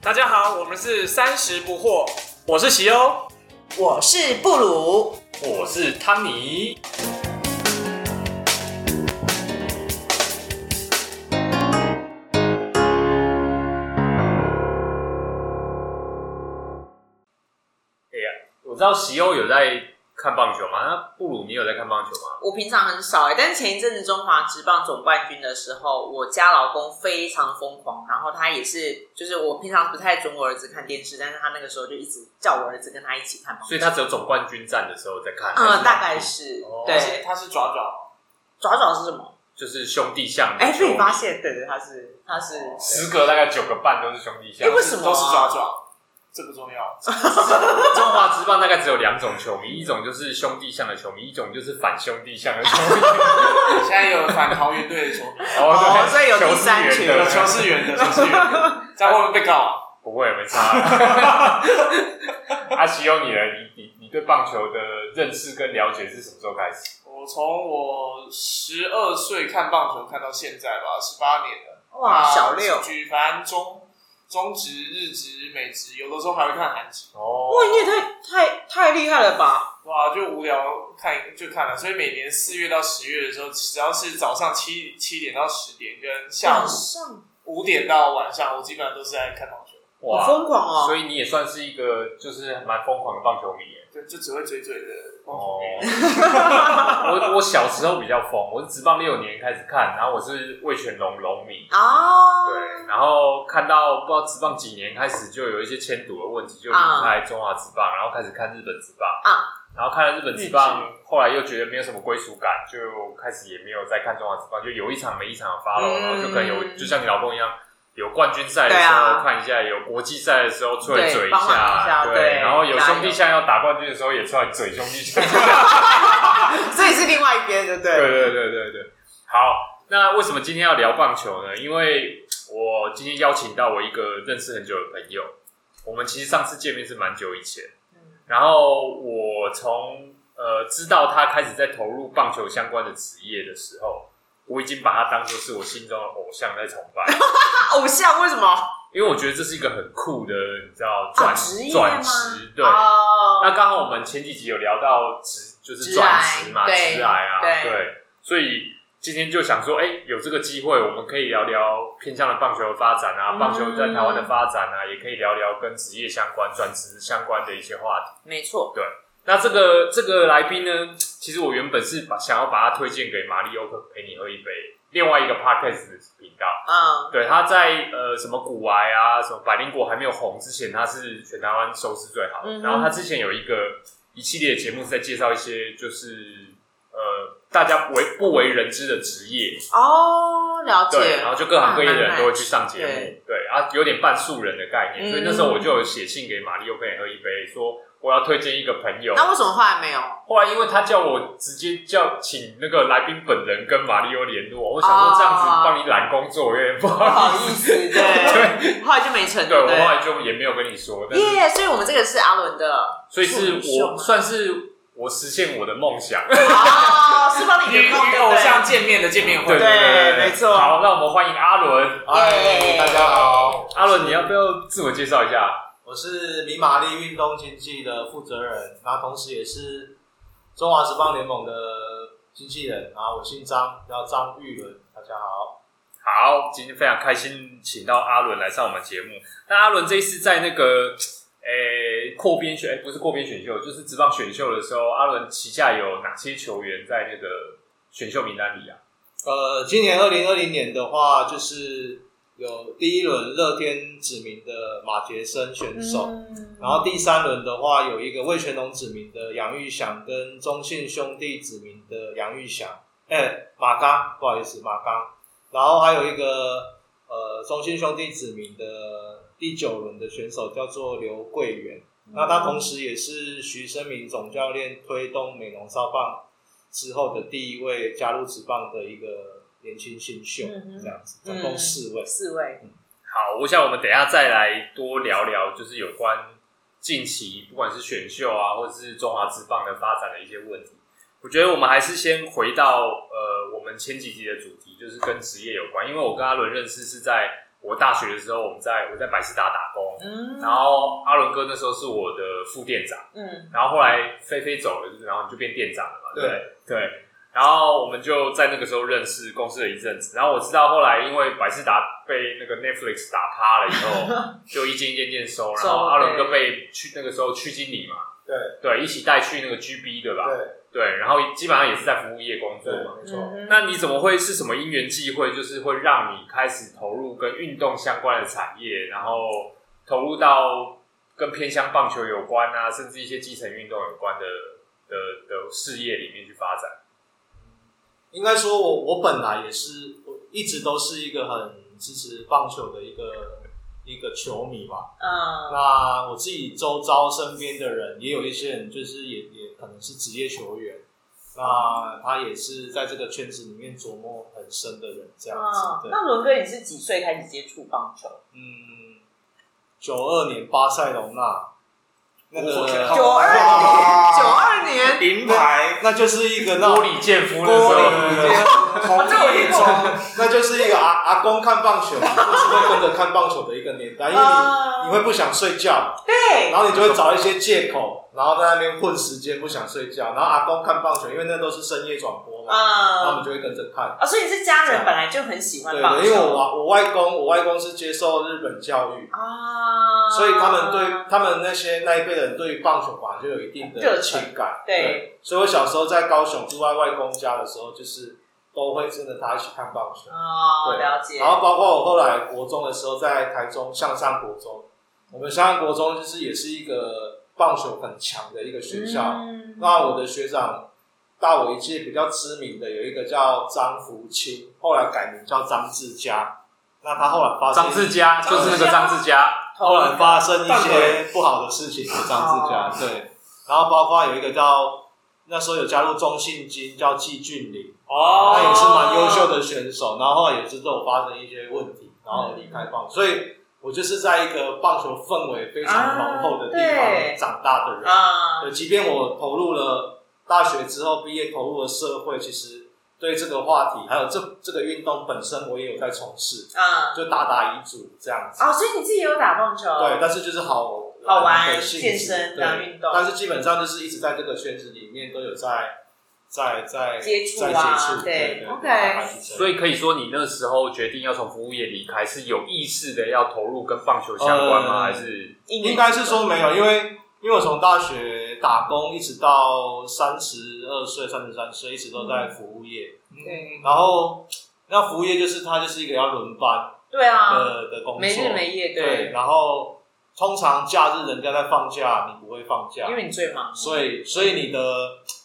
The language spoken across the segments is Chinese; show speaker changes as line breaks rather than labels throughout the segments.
大家好，我们是三十不惑，我是喜欧，
我是布鲁，
我是汤尼。
哎我知道西欧有在看棒球嘛，那布鲁你有在看棒球吗？
我平常很少哎、但是前一阵子中华职棒总冠军的时候，我家老公非常疯狂，然后他也是，就是我平常不太准我儿子看电视，但是他那个时候就一直叫我儿子跟他一起看嘛。
所以他只有总冠军战的时候在看，还
嗯，
是
大概是、
哦
而
对
且。他是爪爪，
爪爪是什么？
就是兄弟象的球
哎、
迷。
被你发现，对对，他是他是，
十个大概九个半都是兄弟象
哎。为什么啊
都是爪爪？这不重要，
中华 职棒大概只有两种球迷，一种就是兄弟象的球迷，一种就是反兄弟象的球 迷。
现在有反桃园队的球迷，
哦
所以有第三群
球
有
是
球
圆
是圆
的
的，球是圆 的，这样会不会被告啊？
不会没差。 阿西欧，你呢？你你你对棒球的认识跟了解是什么时候开始？
我从我十二岁看棒球看到现在吧，十八年了。
哇，
那
小六，
举凡中中职、日职、美职，有的时候还会看韩职。
哦
哇，你也太太太厉害了吧！
哇，就无聊看就看了，所以每年四月到十月的时候，只要是早上七七点到十点，跟下
晚
午
上
五点到晚上，我基本上都是在看棒球，
好疯狂哦，
所以你也算是一个就是蛮疯狂的棒球迷耶。
对，就只会追追的棒球
哦
迷。，
我我小时候比较疯，我是职棒六年开始看，然后我是魏全龙龙迷，
啊，
对，然后看到不知道职棒几年开始就有一些迁赌的问题，就离
嗯
开中华职棒，然后开始看日本职棒
啊，
然后看了日本职棒，后来又觉得没有什么归属感，就开始也没有再看中华职棒，就有一场没一场的发了，
嗯
然后就跟有就像你老公一样。有冠军赛的
对
时
啊
候看一下，有国际赛的时候出来
对
嘴一
帮忙一下对
对，然后有
加油
兄弟象要打冠军的时候也出来嘴兄弟 象。
所以是另外一边，对不对？
对对对对对。好，那为什么今天要聊棒球呢？因为我今天邀请到我一个认识很久的朋友，我们其实上次见面是蛮久以前，
嗯
然后我从呃知道他开始在投入棒球相关的职业的时候，我已经把他当做是我心中的偶像在崇拜，
啊偶像为什么？
因为我觉得这是一个很酷的，你知道
啊
转
职业吗
转职对。
哦
那刚好我们前几集有聊到职，就是转职嘛，
职癌对
职癌啊，
对
对，所以今天就想说，哎、有这个机会，我们可以聊聊偏向的棒球的发展啊，
嗯
棒球在台湾的发展啊，也可以聊聊跟职业相关、转职相关的一些话题。
没错，
那这个这个来宾呢，其实我原本是把想要把他推荐给马里欧克陪你喝一杯，另外一个 podcast 的频道。
嗯，
对，他在呃什么古癌啊，什么百灵果还没有红之前，他是全台湾收视最好的。
嗯哼
然后他之前有一个一系列节目是在介绍一些就是呃大家为不为人知的职业，
哦，了
对，
解
然，后就各行各业的
慢
人
慢嗯
都会去上节目，
对
对，啊，有点半素人的概念。所以那时候我就有写信给玛丽，又跟你喝一杯，说我要推荐一个朋友。
那为什么后来没有？
后来因为他叫我直接叫请那个来宾本人跟马里欧联络，我想说这样子
哦
帮你揽工作，我有点不
不
好
好
意
意
思。
思， 对，后来就没成，
对，
对
我
不
后
对？
来就也没有跟你说，但是
耶，所以我们这个是阿伦的，
所以是
是啊我
我算是我实现我的梦想，
哦，是帮你
与
圆梦，
与
对不
偶
对
像见面的见面
对
会，
对
对没错
好，那我们欢迎阿伦。
耶
嗨，大家好，
阿伦，你要不要自我介绍一下？
我是米玛丽运动经济的负责人，然后同时也是中华职棒联盟的经纪人，然后我姓张，叫张玉伦，大家好。
好，今天非常开心，请到阿伦来上我们节目。那阿伦这一次在那个诶扩编选，诶不是扩编选秀，就是职棒选秀的时候，阿伦旗下有哪些球员在那个选秀名单里啊？
呃，今年二零二零年的话，就是有第一轮乐天指名的马杰森选手，
嗯
然后第三轮的话有一个魏全龙指名的杨玉祥跟中信兄弟指名的杨玉祥，哎、马刚，不好意思，马刚。然后还有一个呃，中信兄弟指名的第九轮的选手叫做刘桂元，那他同时也是徐生明总教练推动美浓少棒之后的第一位加入职棒的一个年轻新秀，
嗯哼
这样子，总共四位。
四位，
好，我想我们等一下再来多聊聊，就是有关近期不管是选秀啊，或者是中华职棒的发展的一些问题。我觉得我们还是先回到呃我们前几集的主题，就是跟职业有关，因为我跟阿伦认识是在我我大学的时候，我们在我在百事达打工，
嗯
然后阿伦哥那时候是我的副店长，
嗯
然后后来菲菲走了，然后你就变店长了嘛，对不
对
对对。然后我们就在那个时候认识，共事了一阵子。然后我知道后来因为百事达被那个 Netflix 打趴了以后，就一间一间店收，然
收
后阿伦
对
哥被去那个时候区经理嘛，
对
对，一起带去那个 GB 对吧？
对
对，然后基本上也是在服务业工作
对，
嘛。
没错。
嗯
那你怎么会是什么因缘际会，就是会让你开始投入跟运动相关的产业，然后投入到跟偏向棒球有关啊，甚至一些基层运动有关的的的事业里面去发展？
应该说我我本来也是，我一直都是一个很支持棒球的一个一个球迷嘛。
嗯
那我自己周遭身边的人，也有一些人就是也也可能是职业球员，那他也是在这个圈子里面琢磨很深的人，这样子。
嗯，
对，
那伦哥你是几岁开始接触棒球？
嗯，九二年巴塞隆纳，那个
我觉得好
九二
哇
年，九二年，
银牌
那就是一个那
郭李健夫那时
锅里
候，
哦
同
哦这我听
一
过
种，那就是一个阿阿公看棒 球，就是会跟着看棒球的一个年代，因为
啊
你你会不想睡觉，
对，
然后你就会找一些借口，然后在那边混时间不想睡觉，然后阿公看棒球，因为那都是深夜转播嘛，然后我
嗯
们就会跟着看。
啊，所以你是家人本来就很喜欢
对
棒球，
的，因为我我外公我外公是接受日本教育，
啊，
所以他们对他们那些那一辈人对于棒球吧就有一定
热
的
情
情感。
对
所以我小时候在高雄住在外公家的时候，就是都会跟着他一起看棒球。
哦，
对
了解，
然后包括我后来国中的时候，在台中向上国中，我们向上国中就是也是一个棒球很强的一个学校。
嗯
那我的学长大我一届比较知名的有一个叫张福清，后来改名叫张志佳。那他后来发生
张志佳就是那个张志佳，
后来发生一些不好的事情的张志
哦
佳，对，然后包括有一个叫那时候有加入中信金叫季俊霖，
哦，
他也是蛮优秀的选手，然后后来也是都有发生一些问题，然后离开棒球，所以我就是在一个棒球氛围非常浓厚的地
啊对
方长大的人，
啊，
对，即便我投入了大学之后毕业投入了社会，其实对这个话题还有这这个运动本身，我也有在从事，
啊，
就打打遗嘱这样子。
哦，所以你自己也有打棒球，
对，，但是就是好
好玩
的性质
健身
对
然后运动
但是基本上就是一直在这个圈子里面都有在在在
接触
在
啊
接触，
对
对
OK
所
以
以可以说你那时候决定要从服务业离开，是有意识的要投入跟棒球相关吗？还
呃
是
应该是说没有，因为因为我从大学打工一直到三十二岁、三十三岁，一直都在服务业。
对
然后那服务业就是它就是一个要轮班
对
的、
啊，
的工作，
没日没夜，
对。，然后通常假日人家在放假，你不会放假，
因为你最忙，
所以所以你的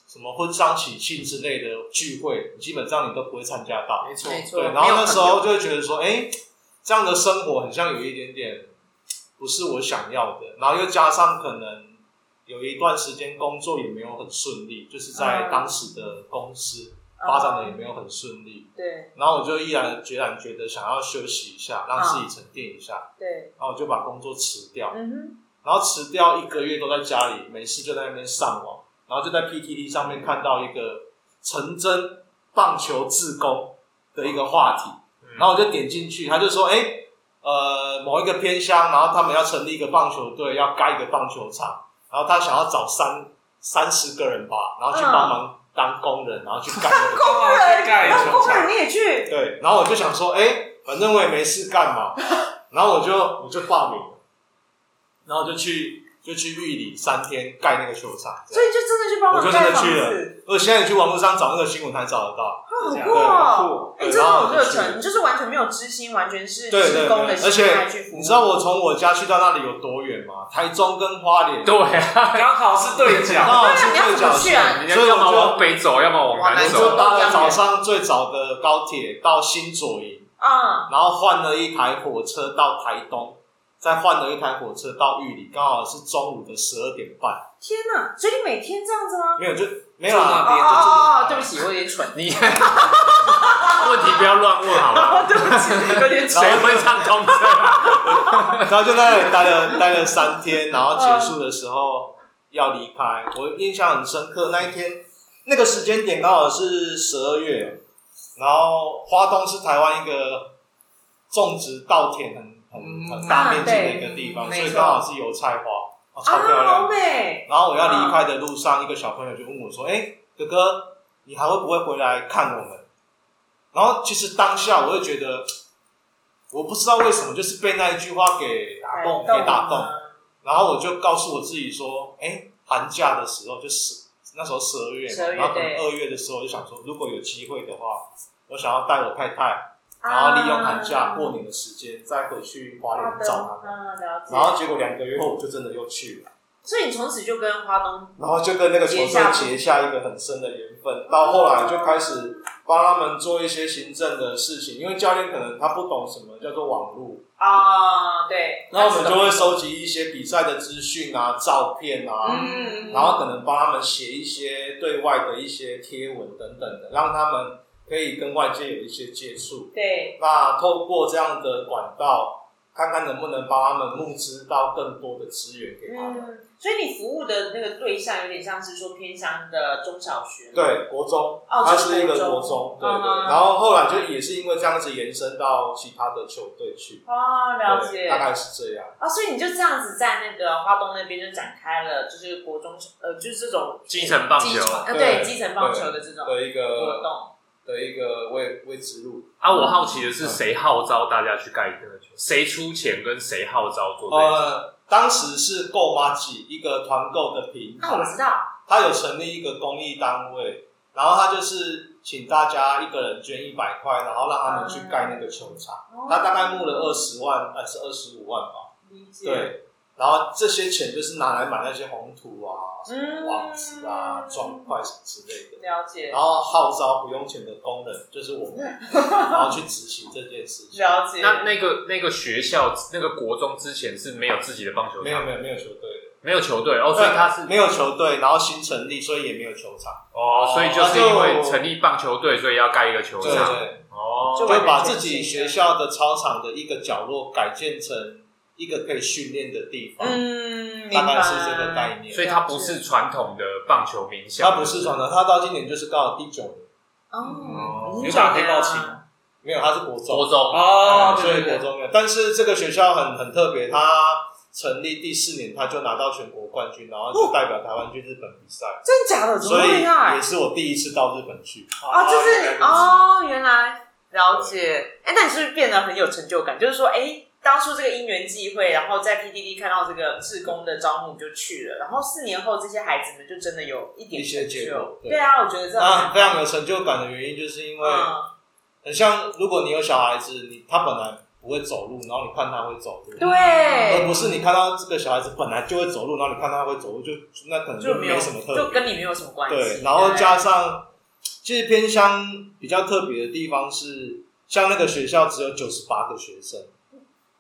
什么婚丧喜庆之类的聚会，基本上你都不会参加到。
没错，
没错，
对，然后那时候
没有朋友
就会觉得说，哎、这样的生活很像有一点点不是我想要的，然后又加上可能有一段时间工作也没有很顺利，就是在
嗯
当时的公司发展的也没有很顺利，
对
然后我就毅然决然觉得想要休息一下，让
嗯
自己沉淀一下，
对，
然后我就把工作辞掉。
嗯哼，
然后辞掉一个月都在家里，没事就在那边上网，然后就在 PTT 上面看到一个陈真棒球自工的一个话题，
嗯
然后我就点进去，他就说，哎、呃，某一个偏乡，然后他们要成立一个棒球队，要盖一个棒球场，然后他想要找三三十个人吧，然后去帮忙当工人，然后去盖那个
嗯工人盖
那
球
工人
场，
你也去，
对，然后我就想说，哎、反正我也没事干嘛，然后我就我就报名了，然后就去就去玉里三天盖那个球场，这
所
样
以就真的去帮
我
忙
就
盖
真的
房
去
子，
了。我现在你去网络上找那个新闻台找得到，
啊好
对
酷哦！
对
哎，真
很酷
的
然后
很热
我就
忱，
去
你就是完全没有知心，完全是
对对
职工的
对，而
心态
且
去服务。
你知道我从我家去到那里有多远吗？台中跟花莲，
对啊，
刚好是对
然
角，
后
对啊
是
你要
最
怎么
角
去啊
线，
你
所以
要么往
我就
北走，要么往南
我
走
就
啊。
搭了早上最早的高铁到新左营。
啊，
然后换了一台火车到台东，再换了一台火车到玉里，刚好是中午的十二点半。
天哪！所以你每天这样子吗？
没有就没有
哦
啦，
别人
哦
就
哦哦，对不起，我有点蠢。
你 问题不要乱问好 吗？
哦，对不起，有 点蠢。
谁会唱通车啊？
然后就在那里待了待了三天，然后结束的时候要离开。我印象很深刻，那一天那个时间点刚好是十二月，然后花东是台湾一个种植稻田很很很大面积的一个地方，
嗯啊对
所以
没错
刚好是油菜花，哦、超漂
啊，
亮
好。美，
然后我要离开的路上，一个小朋友就问我说：“哎、哥哥，你还会不会回来看我们？”然后其实当下我会觉得，我不知道为什么，就是被那一句话给打动，
哎
给打动。然后我就告诉我自己说：“哎、寒假的时候就十那时候十二月嘛，
12月
然后可能
对
二月的时候就想说，如果有机会的话，我想要带我太太，
啊
然后利用寒假过年的时间再回去花
花
莲
东
找她。
啊，了解。
然后结果两个月后，我就真的又去了。”
所以你从此就跟花东
然后就跟那个球队结下一个很深的缘分，到后来就开始帮他们做一些行政的事情，因为教练可能他不懂什么叫做网络，
嗯啊，对，
那我们就会收集一些比赛的资讯啊、照片啊，
嗯，
然后可能帮他们写一些对外的一些贴文等等的，让他们可以跟外界有一些接触。
对，
那透过这样的管道，看看能不能帮他们募资到更多的资源给他们。
嗯，所以你服务的那个对象有点像是说偏乡的中小学，，
对，国中，
哦
它
就是
是一个
国中
国中，对对。
嗯
然后后来就也是因为这样子延伸到其他的球队去，
哦，了
对
解，
大概是这样。
啊，所以你就这样子在那个花东那边就展开了，就是国中呃，就是这种
基层棒
基
球啊
层呃，
对
对，基层棒球的这种
的一
活
个
动，
的一个未未知路。
啊，我好奇的是谁号召大家去盖这个球，谁出钱跟谁号召做这个？
呃，当时是购妈几一个团购的平
那我
台，
知道，
它有成立一个公益单位，然后它就是请大家一个人捐一百块，然后让他们去盖那个球场。
嗯
他大概募了二十万，还是二十五万吧。
哦理解，
对，然后这些钱就是拿来买那些红土啊、什么网子啊、
嗯
砖块什么之类的，
了解，
然后号召不用钱的工人，就 是我们，然后去执行这件事情。
了解，
那那个那个学校那个国中之前是没有自己的棒球场，
没有没有没有球队的，
没有球队哦，所以他是
没有球队，然后新成立，所以也没有球场。
哦，所以就是因为成立棒球队，所以要盖一个球
对
场
对，
哦，
就会把自己学校的操场的一个角落改建成一个可以训练的地方，
嗯，
大概是这个概
念，
念
所。以它不是传统的棒球名校，
它不是传统，它到今年就是刚好第九年，
哦，
有打黑豹旗
啊
没有，它是国中。
国中
哦，
嗯
所以国中没有。但是这个学校很很特别，它成立第四年，它就拿到全国冠军，然后就代表台湾去日本比赛，
真假哦的，怎么啊
所
那么
以
厉害
也？是我第一次到日本去。
哦，就
原来
是
如此，
哦，原来了解。哎、那你是不是变得很有成就感？就是说，哎、当初这个因缘际会，然后在 PDD 看到这个志工的招募，你就去了。然后四年后，这些孩子们就真的有一点
一些
成
结
就
果。对
对啊，我觉得这
那
样
非常有成就感的原因，就是因为
嗯，
很像，如果你有小孩子，你他本来不会走路，然后你看他会走路，而
对，
嗯不是你看到这个小孩子本来就会走路，然后你看他会走路，就那可能
就没
没
有
什么特别，
就跟你没有什么关系。
对，然后加
对
上，其实偏乡比较特别的地方是，像那个学校只有九十八个学生，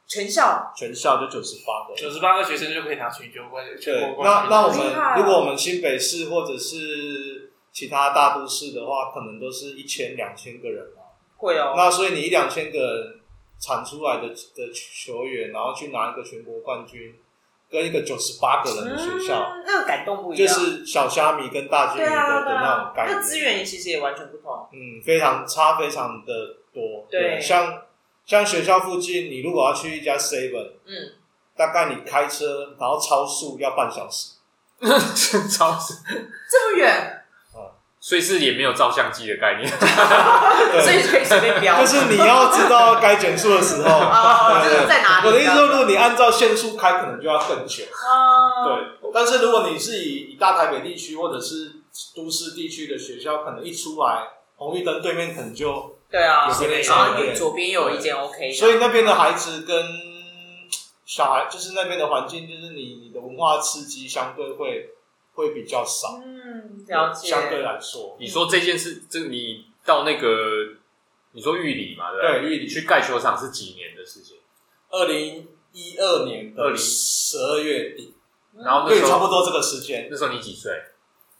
全校
全校就九十八个。
九十八个学生就可以拿全球冠全
对
国，冠
那
军。
那我
好厉害哦
们如果我们新北市或者是其他大都市的话，可能都是一千两千个人嘛。
会哦。
那所以你一两千个人产出来的的球员，然后去拿一个全国冠军，跟一个九十八个人的学校，
嗯，那个感动不一
就
样。
是小虾米跟大金鱼
对
的
啊，
的
对
那
啊
种，概
那
念。
资源其实也完全不同。
嗯，非常差，非常的多。
对
像像学校附近，你如果要去一家 Seven，
嗯，
大概你开车然后超速要半小时，
超市，
这么远，
所以是也没有照相机的概念，
所以
对，
可以随便飙。
就是你要知道该减速的时候。
哦，这
对
个在哪里？
我的意思说，如果你按照限速开，可能就要更久。
哦，
对，但是如果你是以以大台北地区或者是都市地区的学校，可能一出来红绿灯对面可能就
对啊，
有个
然后
对
右左边又有一间 OK，的啊
所以那边的孩子跟小孩，就是那边的环境，就是你你的文化刺激相对会会比较少，
嗯，了解，
相对来说，
你说这件事，这你到那个，你说玉里嘛，对不
对玉里
去盖球场是几年的事情？
二零一二年
20
十二月底，
嗯
然后那
对，
时
差
候
不多这个时间，
那时候你几岁？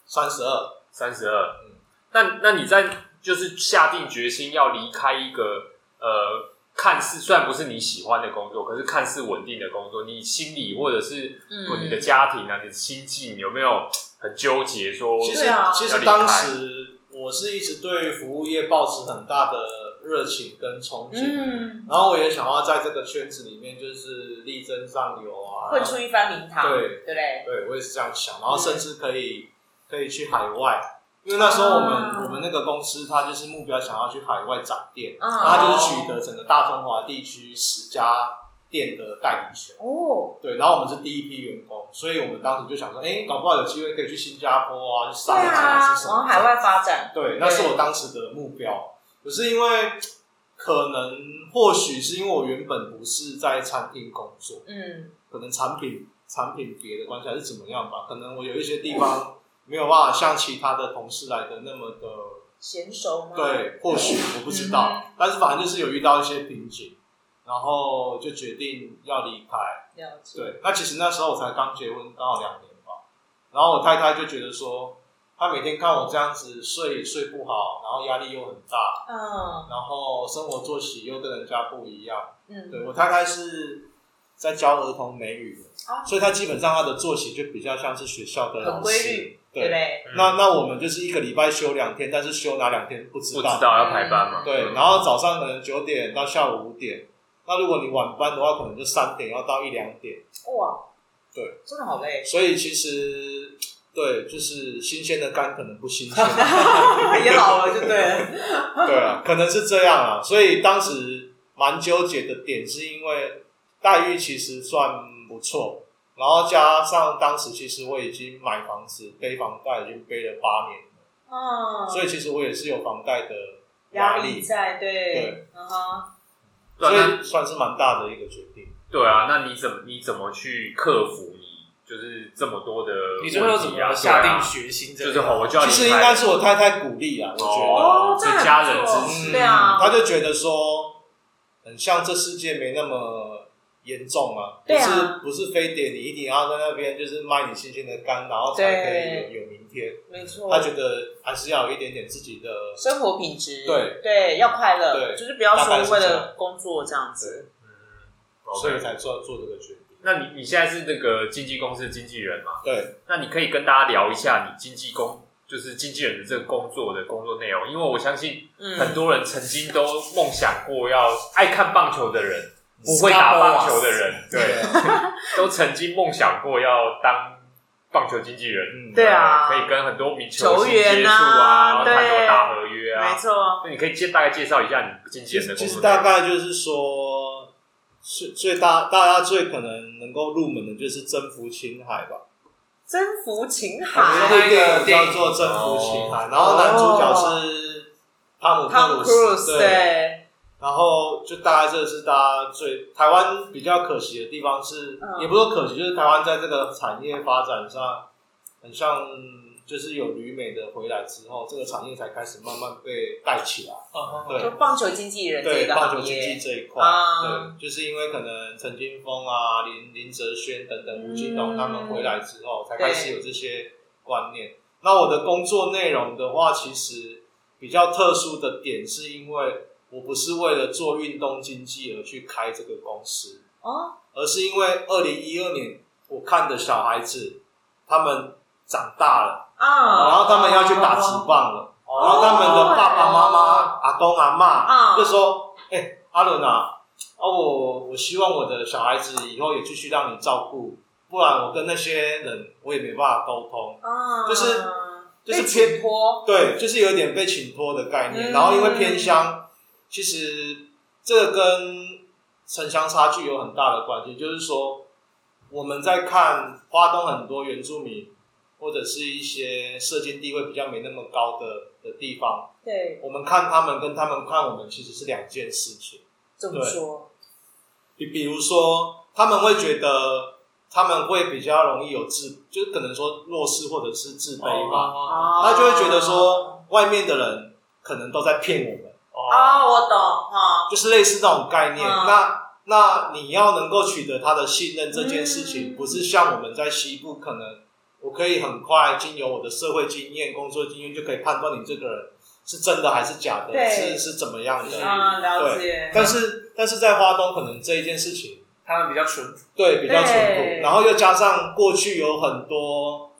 三十二。
三十二
嗯。
那那你在就是下定决心要离开一个呃，看似虽然不是你喜欢的工作，可是看似稳定的工作，你心里或者是
嗯
你的家庭啊，你的心境有没有很纠结说？
其实、
对啊
其
要
实
离开
当时我是一直对服务业抱持很大的热情跟憧憬。
嗯，
然后我也想要在这个圈子里面，就是力争上游啊，
混出一番名堂，
对
对不对？
对，我也是这样想，
嗯
然后甚至可以可以去海外，因为那时候我们、
啊
我们那个公司，它就是目标想要去海外展店，
嗯，
然后它啊就是取得整个大中华地区十家店的代理权。
哦，
对，然后我们是第一批员工，所以我们当时就想说，哎，搞不好有机会可以去新加坡啊，去
对
上海
啊
还是，什
往
么。
海外发展，
对，那是我当时的目标。可是因为可能或许是因为我原本不是在餐厅工作，
嗯，
可能产品产品别的关系还是怎么样吧，可能我有一些地方没有办法像其他的同事来的那么的
娴熟吗？，
对，或许我不知道，但是反正就是有遇到一些瓶颈，然后就决定要离开。
了解，
对，那其实那时候我才刚结婚，刚好两年吧，然后我太太就觉得说，她每天看我这样子睡也睡不好，然后压力又很大，
嗯
然后生活作息又跟人家不一样，
嗯，
对我太太是在教儿童美语的，
啊
所以她基本上她的作息就比较像是学校的老
很规
师
律，对不对？
嗯
那那我们就是一个礼拜休两天，但是休哪两天不知
不
道。
知道嗯要排班嘛？
对，然后早上可能九点到下午五点，那如果你晚班的话，可能就三点要到一两点。
哇，
对，
真的好 累，
所以其实对，就是新鲜的肝可能不新鲜，
也老了就对了，
对啊，可能是这样啊。所以当时蛮纠结的点是因为待遇其实算不错，然后加上当时其实我已经买房子背房贷已经背了八年了，
嗯，
所以其实我也是有房贷的
压力
力，
在，对
对，
嗯哼，
对
所
啊，那
以算是蛮大的一个决定。
对啊，那你怎么你怎么去克服你就是这么多的问题啊？
你最后怎么下定
对啊
决心这
就
个？
是好，我就要
其实
离
应
开
该是我太太鼓励啊，我觉得。
哦，
这样
是家人
不错
支持
对啊
嗯他就觉得说，很像这世界没那么严重啊，
对啊
不是不是非得你一定要在那边就是卖你新鲜的肝，然后才可以有有明天。
没错，
他觉得还是要有一点点自己的，
生活品质，
对
对，要快乐，
对
就是不要
大概
说
是
为
这
了
样
工作这样子，
嗯
所以
OK，
才做做这个决定。
那你你现在是那个经纪公司的经纪人嘛？
对，
那你可以跟大家聊一下你经纪工，就是经纪人的这个工作的工作内容，因为我相信很
嗯，
多人曾经都梦想过要爱看棒球的人，不会打棒球的人，对，
啊
都曾经梦想过要当棒球经纪人，
嗯，
对啊
可以跟很多名
球
星接
员
触
啊
然后谈
对
多大合约
没
啊。
错，
那你可以介大概介绍一下你经纪
其
人的
实
工
其
作
实
内容
大概就是说，最最大大家最可能能够入门的就是征服青海吧。
征服情
我觉
海
得
那个叫做《征服情海》，然后男主角是汤姆克
，Tom
鲁斯，
Cruise，
对。
对，
然后就大概这是大家最台湾比较可惜的地方是，
嗯
也不是说可惜，就是台湾在这个产业发展上，很像就是有旅美的回来之后，这个产业才开始慢慢被带起来。
嗯，
就
对
棒球经纪人这
对，
个
棒
行
球经济
业，
这一块，
啊
对，就是因为可能陈金峰啊、林林哲轩等等吴金龙他
嗯
们回来之后，才开始有这些观念。那我的工作内容的话，其实比较特殊的点是因为我不是为了做运动经济而去开这个公司，
哦，
而是因为二零一二年我看的小孩子他们长大了，
啊，
然后他们要去打职棒了。然后他们的爸爸妈妈、阿公
嗯
阿妈就说：“哎、阿伦啊，啊我我希望我的小孩子以后也继续让你照顾，不然我跟那些人我也没办法沟通。
啊，
就是就
被
是偏
紧迫，”
对，就是有点被请托的概
嗯
念。然后因为偏乡，其实这个跟城乡差距有很大的关系，就是说我们在看花东很多原住民或者是一些社经地位比较没那么高的的地方。
对，
我们看他们跟他们看我们其实是两件事情。
这么
对
说，
比比如说，他们会觉得他们会比较容易有自，就是可能说弱势或者是自卑吧，
哦，
哦
他就会觉得，说外面的人可能都在骗我们，
哦，我懂哈，
就是类似那种概念。
嗯
那那你要能够取得他的信任这件事
嗯
情，不是像我们在西部可能。我可以很快经由我的社会经验、工作经验就可以判断你这个人是真的还是假的，
对
是是怎么样的。
啊，了解，
但是但是在花东可能这一件事情
他们比较淳朴，
对比较淳
对
朴，然后又加上过去有很多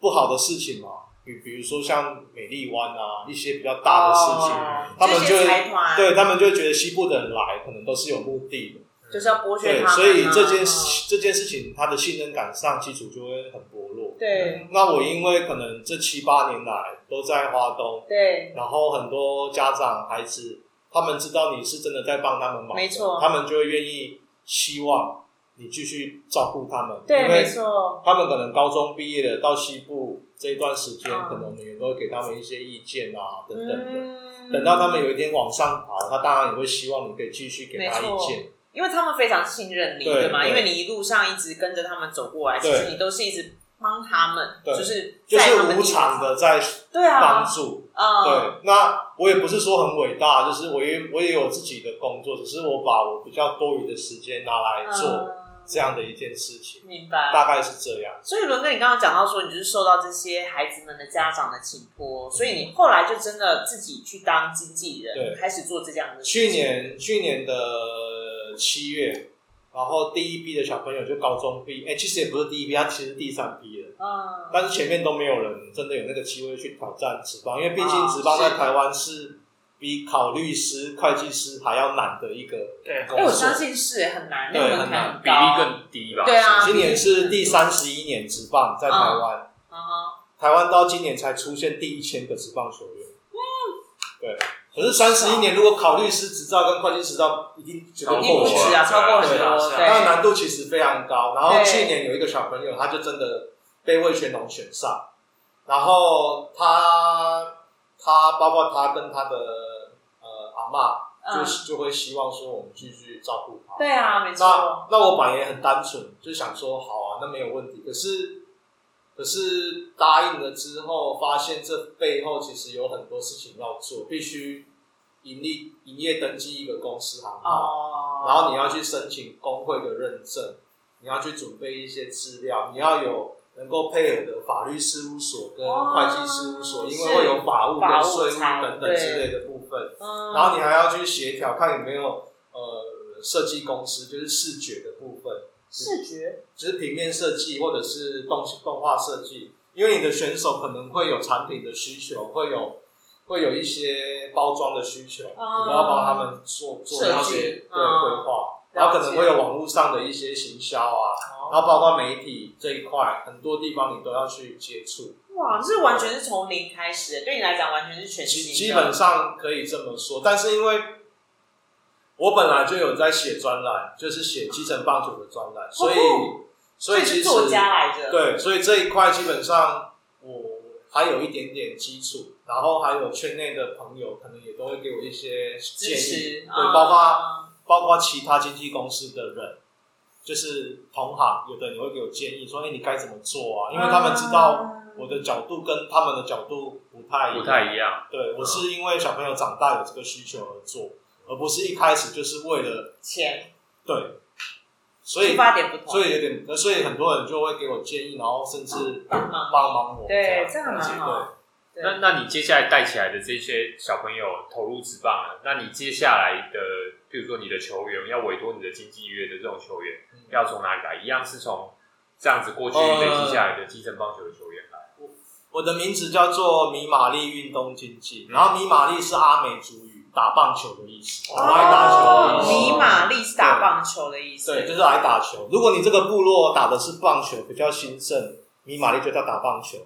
不好的事情嘛，比比如说像美丽湾啊一些比较大的事情，
哦
他们
这
就
些
会
财团
对他们就会觉得西部的人来可能都是有目的的，
就是要剥削
对，
他们啊
所以这件事这件事情，他的信任感上基础就会很薄弱。
对
那我因为可能这七八年来都在花东，
对
然后很多家长孩子，他们知道你是真的在帮他们忙的，
没错
他们就会愿意希望你继续照顾他们，
对，
因
没
为
错，
他们可能高中毕业了，到西部这一段时间，
嗯
可能我们也都会给他们一些意见啊，等等的。
嗯，
等到他们有一天往上爬，他当然也会希望你可以继续给他
没
意
错
见。
因为他们非常信任你，
对
对吗？
对
因为你一路上一直跟着他们走过来，其
对
实你都是一直帮他们，
对
就是
就
在他
是
们
无偿，的在
对
帮
啊，
助。
嗯，
对，那我也不是说很伟大，就是我也我也有自己的工作，只是我把我比较多余的时间拿来做
嗯
这样的一件事情，
明白。
大概是这样。
所以伦哥，你刚刚讲到说，你就是受到这些孩子们的家长的请托，所以你后来就真的自己去当经纪人，
嗯对
开始做这样的事
去
情。
年去年的七月，然后第一批的小朋友就高中毕，哎、其实也不是第一批，他其实第三批了。
嗯，
但是前面都没有人真的有那个机会去挑战职棒，因为毕竟
啊
职棒在
是
台湾是比考律师、会计师还要难的一个
对
工
哎、我
作
相。信是很难，那
对
个门
很
槛
难
很
比
高。
例更低吧？
对啊，
今年
比
是
例
第三十一年职棒在台湾，
嗯哼，
台湾到今年才出现第一千个职棒球员。
嗯
对，可是三十一年如果考律师执照跟会计师执照，一定绝对
超
一
过
定不
过
了
止啊，超过很
对啊
多，
是啊
那
对，
难度其实非常高。然后
对
去年有一个小朋友，他就真的被魏全龙选上，然后他他包括他跟他的呃阿妈，
嗯
就，是就会希望说我们继续照顾他。
对啊，没错
那，那我本来也很单纯，就想说好啊，那没有问题。可是可是答应了之后，发现这背后其实有很多事情要做，必须盈利营业登记一个公司行号。
哦，
然后你要去申请工会的认证，你要去准备一些资料，你要有能够配合的法律事务所跟
哦
会计事务所，
是
因为会有法务
法务
跟税务
财
等
对
等之类的部分，
嗯，
然后你还要去协调，看有没有呃设计公司，就是视觉的部分，
视觉，
就是平面设计或者是动动画设计，因为你的选手可能会有产品的需求，会有会有一些包装的需求，
哦
你都要帮他们做做
设计
那些对
嗯
规划，
了解
然后可能会有网络上的一些行销啊，
哦
然后包括媒体这一块，很多地方你都要去接触。
哇，这完全是从零开始的，对你来讲完全是全
基
新的，
基本上可以这么说，但是因为我本来就有在写专栏，就是写基层棒球的专栏，所以
哦
所以其
是
实
作家来着，
对，所以这一块基本上我还有一点点基础，然后还有圈内的朋友可能也都会给我一些
支
建
持，啊嗯对
议，对，包括包括其他经纪公司的人，就是同行，有的你会给我建议说，哎、你该怎么做啊？因为他们知道
嗯
我的角度跟他们的角度不太一
不
样，
太一样。
对我是因为小朋友长大有这个需求而做，而不是一开始就是为了
钱
对，所以
出发点不同，
所以有点，所以很多人就会给我建议，然后甚至
帮忙
帮忙
嗯
我。
对，这
这样
样蛮好。对
那那你接下来带起来的这些小朋友投入职棒了，那你接下来的，譬如说你的球员要委托你的经纪约的这种球员，
嗯
要从哪里来？一样是从这样子过去
呃
累积下来的基层棒球的球员来。
我的名字叫做米玛丽运动经济，
嗯
然后米玛丽是阿美族语，打棒球的意思，
哦
来打球的意
哦，
思。
尼玛丽是打棒球的意思，
对，就是来打球。如果你这个部落打的是棒球，比较兴盛，米玛丽就叫打棒球；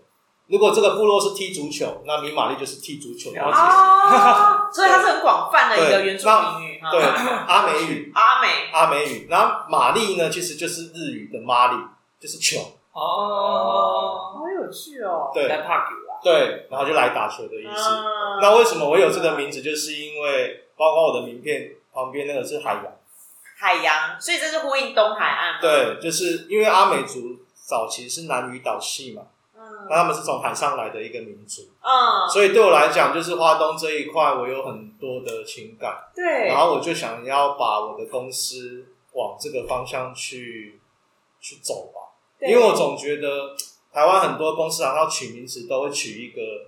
如果这个部落是踢足球，那米玛丽就是踢足球。
了解
哦，所以它是很广泛的一个原住民语哈。
对，阿美语，
阿美
阿美语。然后玛丽呢，其实就是日语的玛丽，就是球。
哦，
好有趣哦，
对
但怕给啦，
对，然后就来打球的意思。
嗯
那为什么我有这个名字？就是因为包括我的名片旁边那个是海洋，
海洋，所以这是呼应东海岸吗，
对，就是因为阿美族早期是南屿岛系嘛，
嗯
那他们是从海上来的一个民族，
嗯，
所以对我来讲，就是花东这一块我有很多的情感，
对，
然后我就想要把我的公司往这个方向去去走吧。
对
因为我总觉得台湾很多公司然后取名字都会取一个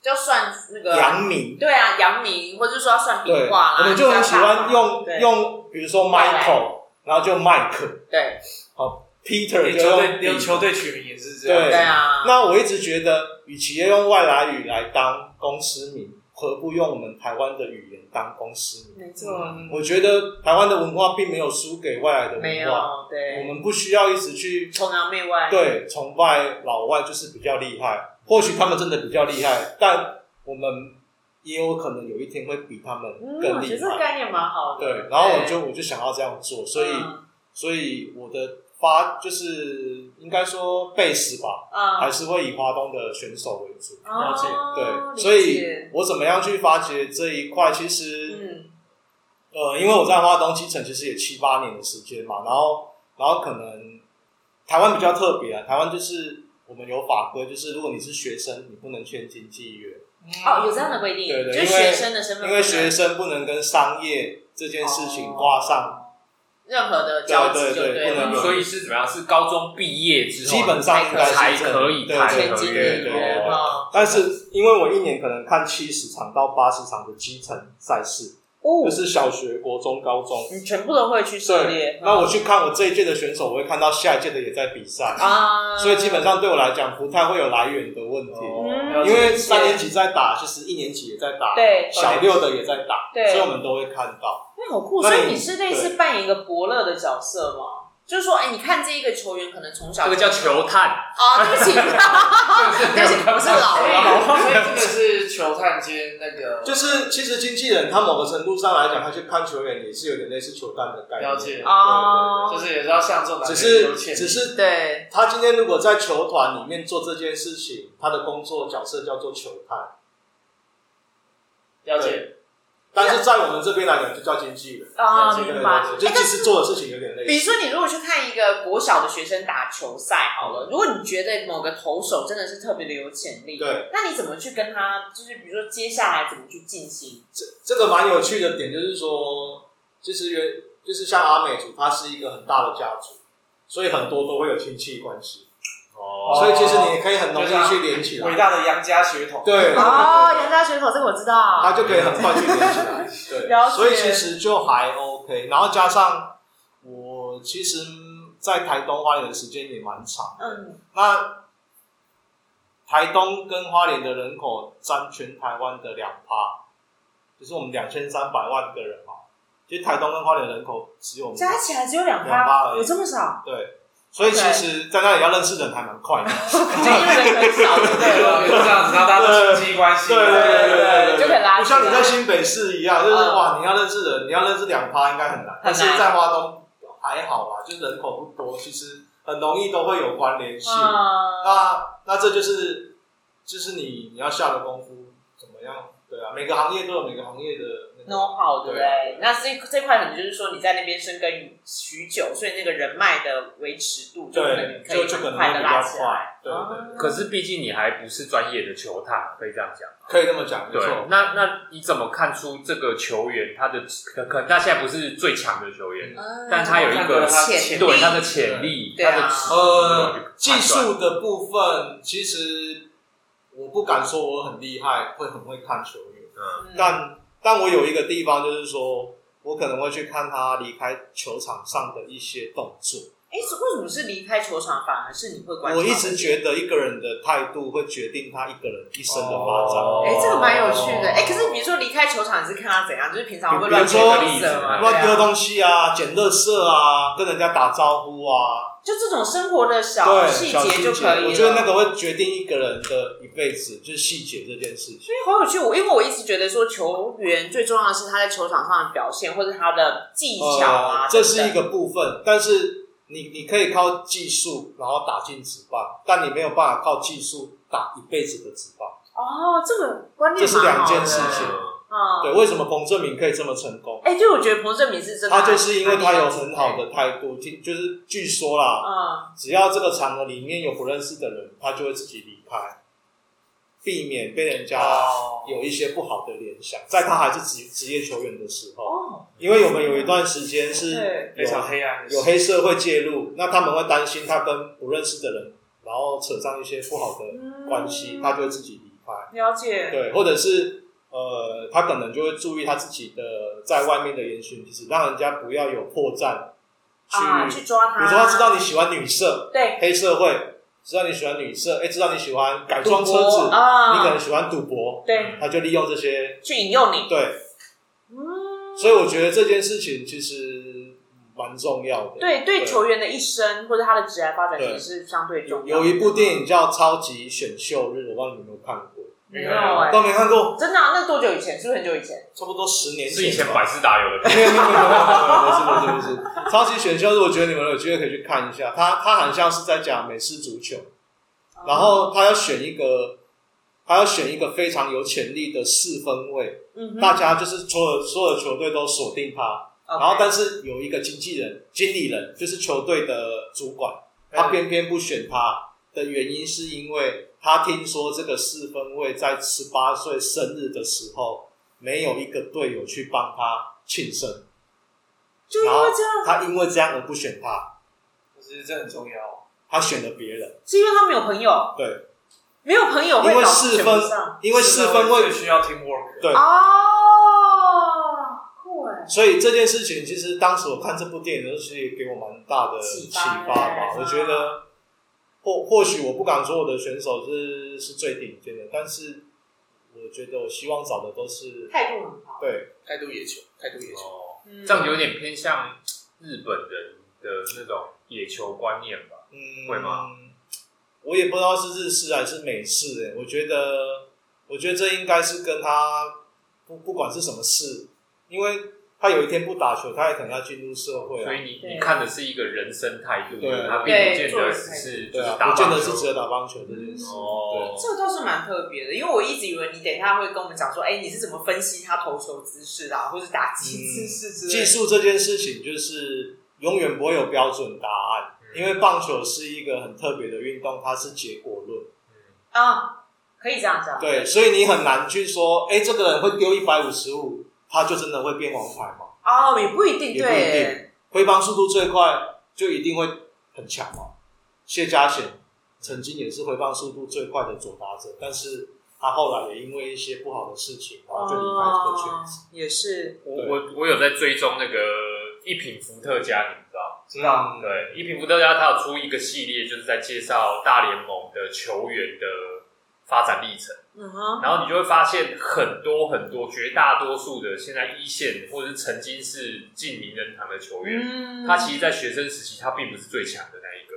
就算那个
洋名，
对啊，阳明或者说要算笔
对，
画啦，
我们就很喜欢用
对
用，比如说
外来
Michael，然后就 Mike，
对
好， Peter
你
就
球
用
队
Peter
你球队取名也是这样，
对啊，
那我一直觉得，与其要用外来语来当公司名，何不用我们台湾的语言当公司名？
没错，
我觉得台湾的文化并没有输给外来的
没
文化，
有
我
对，
们不需要一直去
崇洋媚外，
对崇拜老外，就是比较厉害。或许他们真的比较厉害，但我们也有可能有一天会比他们
嗯，
更
我觉
厉
得这个
害。
概念蛮好的。
对，然后我就我就想要这样做，所以
嗯
所以我的发就是应该说 base 吧，还
嗯，
是会以华东的选手为主。
哦
了解
对，
理
所以
解
我怎么样去发掘这一块？其实，
嗯
呃，因为我在花东基层其实也七八年的时间嘛，然后，然后可能台湾比较特别啊，台湾就是我们有法规，就是如果你是学生，你不能签经纪约，
哦，有这样的规定，
对对
就是
因为
学生的身份不
因
能，
为学生不能跟商业这件事情挂上，
任何的交集就
对对对不
了
能有，
所以是怎么样？是高中毕业之后，
基本上应该
才
是这样
可以
对
谈
对
全
合
经
约
理
对
人
对
哦。
哦，
但是因为我一年可能看七十场到八十场的基层赛事，
哦
就是小学、国中、高中。
你全部都会去涉猎
对，，那我去看我这一届的选手，我会看到下一届的也在比赛，
啊，
所以基本上对我来讲不太会有来源的问题，
嗯
了解
因为三年级在打，其实一年级也在打，
对，
小六的也在打，
对
所以我们都会看到。
那哎好酷，
那
所
你
以你是类似扮演一个伯乐的角色吗？就是说，哎，你看这一个球员可能从小
这个叫球探，
哦，对不起， 对不起，不是老
所以
了，
所以这个是球探兼那个，
就是其实经纪人他某个程度上来讲，他去看球员也是有点类似球探的概念，
了解
哦，
就是也是要向这种男
只
人
是
优先
只是
对，
他今天如果在球团里面做这件事情，他的工作角色叫做球探，
了解，
但是在我们这边来讲就叫经纪人，
啊，
了解
明白。
对对对就
哎，
其
但
实做的事情有点类似。
比如说，你如果去看一个国小的学生打球赛好了，如果你觉得某个投手真的是特别的有潜力，
对，
那你怎么去跟他，就是比如说接下来怎么去进行？
这这个蛮有趣的点就是说，其实原就是像阿美族，它是一个很大的家族，所以很多都会有亲戚关系，
哦
所以其实你也可以很容
就像
易去连起
伟
来，
大的杨家血统，
对，
哦，杨家学口这个我知道，
它就可以很快去连 起来，对，
了解
所以其实就还 OK。然后加上我其实，在台东花莲的时间也蛮长，
嗯，
那台东跟花莲的人口占全台湾的两趴，就是我们两千三百万个人嘛。其实台东跟花莲人口只有我们
加起来只有两
两趴
趴，
而已
有这么 少？
对，所以其实在那里要认识人还蛮快的。
就因为人很少，对不
对
对
就这样子，让大家都亲戚关系，
对对对对对对，
就可以拉起来
不像你在新北市一样，就是
嗯
哇，你要认识人，你要认识两趴应该很难，但是在花东还好啦，就是人口不多，其实很容易都会有关联性。
嗯，
那那这就是就是你你要下的功夫怎么样？对啊，每个行业都有每个行业的那个。
no 好，对不
对啊
对？那这这块可能就是说你在那边深耕许久，所以那个人脉的维持度就可能
对，
可以
就就可
很
能
快
会
的
比
拉
较
起来
快。，对对，对
可是毕竟你还不是专业的球探，可以这样讲。
可以这么讲，没
对
错，。
那那你怎么看出这个球员他的可可能他现在不是最强的球员，
嗯
但他有一个
潜力
对他的潜力，
对啊
他的尺度
呃，技
去判断
术的部分，其实我不敢说我很厉害，会很会看球员，
嗯，
嗯
但但我有一个地方就是说，我可能会去看他离开球场上的一些动作。
哎，是为什么是离开球场，反而是你会观察？
我一直觉得一个人的态度会决定他一个人一生的发展。
哦
哎，这个蛮有趣的。哎，可是比如说离开球场，你是看他怎样？就是平常会
哦比
乱
如
丢
说
垃圾嘛，对
乱丢
啊
东西啊，捡垃圾啊，跟人家打招呼啊，
就这种生活的小
对，
细
小
节就可以了。
我觉得那个会决定一个人的一辈子，就是细节这件事情。
因为好有趣，我因为我一直觉得说球员最重要的是他在球场上的表现，或者他的技巧啊，
呃，这是一
等等
个部分，但是你你可以靠技术然后打进职棒，但你没有办法靠技术打一辈子的职棒。
哦，这个观念
这是
蛮好
两件
的
事
嗯
情
啊。
对，为什么彭正明可以这么成功？
哎，对，我觉得彭正明是真的，
他就是因为他有很好的态度，听就是据说啦，
嗯，
只要这个场合里面有不认识的人，他就会自己离开，避免被人家
哦，
有一些不好的联想。在他还是职职业球员的时候，
哦，
因为我们有一段时间
对
是
非常黑暗的事，
有黑社会介入，那他们会担心他跟不认识的人，然后扯上一些不好的
嗯
关系，他就会自己离开。
了解，
对，或者是呃，他可能就会注意他自己的在外面的言行举止，让人家不要有破绽
啊，
去，
去抓他。
比如说他知道你喜欢女色、
对
黑社会，知道你喜欢女色，哎，知道你喜欢改装车
赌博
子，
啊，
你可能喜欢赌博，
对
他就利用这些，
去引诱你，
对，
嗯，
所以我觉得这件事情其实蛮重要的。
对对
对
球员的一生或者他的职业发展也
对
是相对重要的。
有一部电影叫《超级选秀日》，我不知道你有没有看过，
没有哎、
都没看过，
真的啊、那多久以前？是不是很久以前？
差不多十年
是以前
吧
百事达有的
没有没有没有没有没有没有没有没有没有没有没有没有没有
片，
不是不是不是，超级选秀日，我觉得你们有机会可以去看一下。他他好像是在讲美式足球，然后他要选一个，他要选一个非常有潜力的四分位，
嗯哼，
大家就是所有所有球队都锁定他，
OK
然后但是有一个经纪人、经理人，就是球队的主管，他偏偏不选他的原因是因为他听说这个四分卫在十八岁生日的时候，没有一个队友去帮他庆生。
就因
然后
为这样，
他因为这样而不选他，
就是这很重要。哦
他选了别人。
是因为他没有朋友，
对，
没有朋友
因
会
为
导
四
致选不
分
上，
因为四分
最
位，
需要 team work。
对
哦，酷哎、
所以这件事情其实当时我看这部电影的时候，其实也给我蛮大的
启
启
发
发吧。
对
我觉得或或许我不敢说我的选手是是最顶尖的，但是我觉得我希望找的都是
态度很好，
对
态度野球，态度野球。
哦，
嗯
这样有点偏向日本人的那种野球观念吧。
嗯
会吗？
我也不知道是日式还是美式诶、我觉得，我觉得这应该是跟他不不管是什么事，因为他有一天不打球，他也可能要进入社会啊
所以。你
对
你看的是一个人生态度，
对啊
他并不
对
见
做
得
人
只
态度
是就
对
是
啊，
打
不见
棒
得是只有
球。
打棒球这件事。
哦，
这个倒是蛮特别的，因为我一直以为你等一下会跟我们讲说，哎，你是怎么分析他投球姿势的、啊，或是打击姿势之类
对，技
的。
术这件事情就是永远不会有标准答案，
嗯
因为棒球是一个很特别的运动，它是结果论。
嗯
啊，可以这样讲。
对，所以你很难去说，哎、这个人会丢一百五十五，他就真的会变王牌吗？
哦，也不一定，
也不一定
对，
挥棒速度最快，就一定会很强嘛。谢家贤曾经也是挥棒速度最快的左打者，但是他后来也因为一些不好的事情，然后就离开啊这个圈子。
哦也是，
我
对
嗯我我有在追踪那个一品伏特加，你知道吗？
知道，
嗯，
对，一品伏特加它有出一个系列，就是在介绍大联盟的球员的发展历程，
嗯哼，
然后你就会发现很多很多，绝大多数的现在一线或者是曾经是进名人堂的球员，
嗯，
他其实，在学生时期他并不是最强的那一个，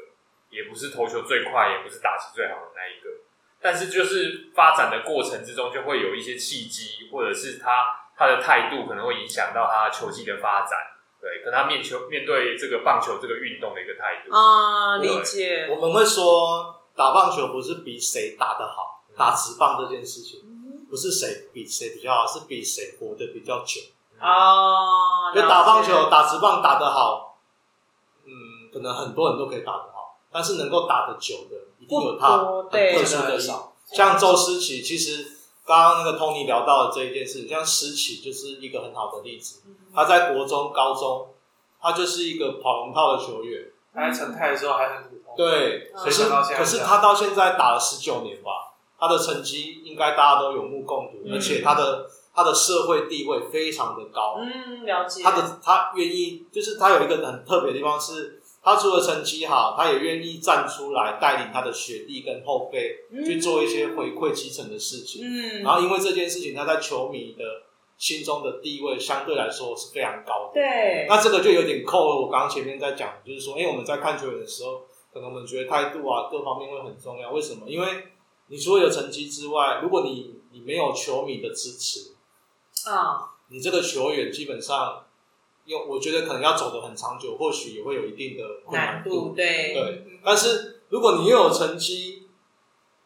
也不是投球最快，也不是打击最好的那一个，但是就是发展的过程之中，就会有一些契机，或者是他他的态度可能会影响到他球技的发展。对，跟他面球面对这个棒球这个运动的一个态度。
啊，理解，
我们会说打棒球不是比谁打得好，打直棒这件事情
嗯
不是谁比谁比较好，是比谁活得比较久。
啊，
就打棒球、
了解，
打直棒打得好，嗯，可能很多人都可以打得好，但是能够打得久的，一定有他
不多
很
对
特殊的少。像周思齐，其实刚刚那个 Tony 聊到的这一件事情，像思齐就是一个很好的例子。他在国中、高中，他就是一个跑龙套的球员，
他在成泰的时候还很普通。
对。
嗯
可是
谁想到现在
可是他到现在打了十九年吧，他的成绩应该大家都有目共睹，
嗯
而且他的他的社会地位非常的高。
嗯，了解，
他的他愿意，就是他有一个很特别的地方是，他除了成绩好，他也愿意站出来带领他的学弟跟后辈去做一些回馈基层的事情。
嗯，
然后因为这件事情，他在球迷的心中的地位相对来说是非常高的。
对，
那这个就有点扣了我刚刚前面在讲，就是说，因为我们在看球员的时候，可能我们觉得态度啊各方面会很重要。为什么？因为你除了有成绩之外，如果你你没有球迷的支持，
啊，
你这个球员基本上，有我觉得可能要走得很长久，或许也会有一定的困
难
难
度，对，
对，但是如果你又有成绩，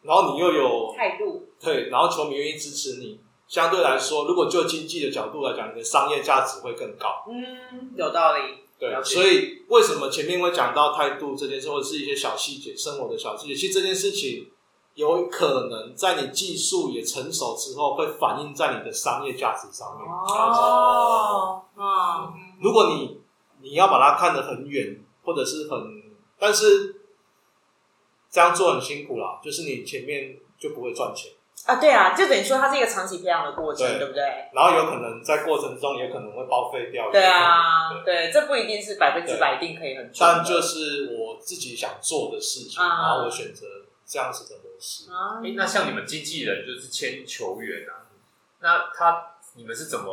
然后你又有
态度，
对，然后球迷愿意支持你，相对来说，如果就经济的角度来讲，你的商业价值会更高。
嗯，有道理，
对
了，解
所以为什么前面会讲到态度这件事，或者是一些小细节、生活的小细节，其实这件事情有可能在你技术也成熟之后，会反映在你的商业价值上面。
哦，啊，
如果你你要把它看得很远，或者是很，但是这样做很辛苦啦，就是你前面就不会赚钱，
啊，对啊，就等于说它是一个长期培养的过程，
对
对不对？
然后有可能在过程中也可能会报废掉。
对啊
有可能，
对，这不一定是百分之百一定可以很准的，
但就是我自己想做的事情，
啊
然后我选择这样子的模式。
啊，
诶那像你们经纪人就是签球员啊，那他你们是怎么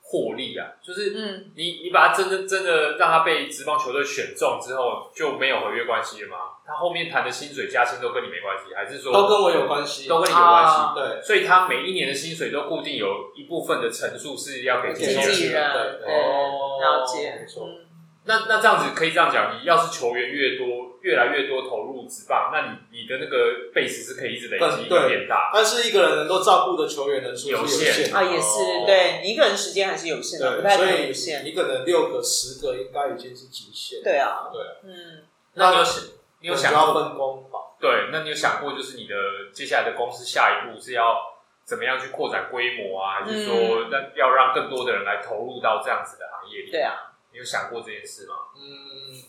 获利啊？就是
嗯，
你你把他真的真的让他被职棒球队选中之后，就没有合约关系了吗？他后面谈的薪水加薪都跟你没关系，还是说
都跟我有关系，
都跟你有关系？
啊
对，
所以他每一年的薪水都固定有一部分的层数是要给
经
经纪
纪
人。
人
对
对
哦
了解，
没错
嗯
那那这样子可以这样讲，你要是球员越多，越来越多投入职棒，那你你的那个 base 是可以一直累积
嗯对
变大。
但是一个人能够照顾的球员人数是
有限
限的，
啊，也是，对你一个人时间还是有限的，不太可能
哦对，
无
所以
限。
一个人六个、十个应该已经是极限。，
对啊，
对啊
嗯，
那你有想你
你
有想
要
过
分工吧？
对？那你有想过就是你的接下来的公司下一步是要怎么样去扩展规模啊？还是说
嗯
让要让更多的人来投入到这样子的行业里？
对，啊，
你有想过这件事吗？
嗯，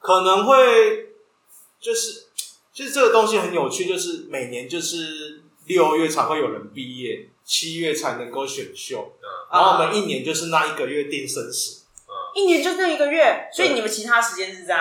可能会就是，其实这个东西很有趣，就是每年就是六月才会有人毕业，七月才能够选秀，
嗯
然后我
啊
们一年就是那一个月定生死，
一年就那一个月，所以
对
你们其他时间是在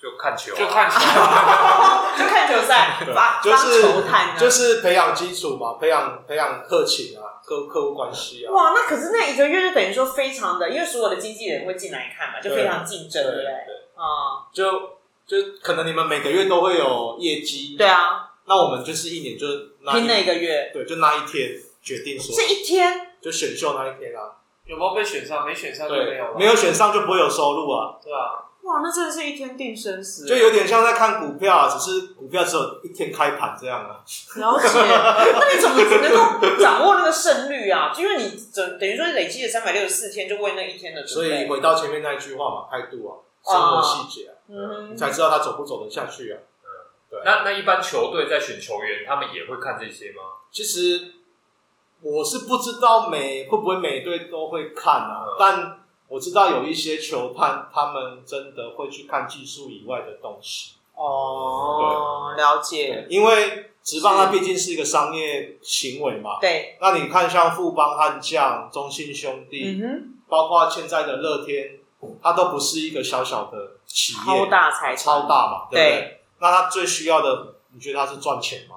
就看球、啊，
就看球啊，
就看球 赛，发
就
发球
是
探啊，
就是培养基础嘛，培养培养客情啊，客客户关系啊，
哇，那可是那一个月就等于说非常的，因为所有的经纪人会进来看嘛，就非常竞争，对不对？啊，
就就可能你们每个月都会有业绩，
对，啊，
那我们就是一年就那
拼了
一
一个月，
对，就那一天决定说
是，一天
就选秀那一天啊，
有没有被选上？没选上就没有
对
啊
了，，
没有选上就不会有收入啊，
对啊，
哇，那真的是一天定生死，
就有点像在看股票啊，只是股票只有一天开盘这样啊。
了解。那你怎么能够掌握那个胜率啊？就因为你整等于说累积了三百六十四天，就为那一天的
所
准
以
备。
回到前面那一句话嘛，态度啊，
啊
生活细节啊，
嗯
你才知道他走不走得下去啊。
那那一般球队在选球员，他们也会看这些吗？
其实我是不知道每会不会每队都会看啊，
嗯
但我知道有一些球探他们真的会去看技术以外的东西，
哦，了解，
因为职棒它毕竟是一个商业行为嘛。
对，
那你看，像富邦悍将、中信兄弟，
嗯
包括现在的乐天，它都不是一个小小的企
哼，
业，
超大财
超
团，
大嘛，对不对？
对
那它最需要的，你觉得它是赚钱吗？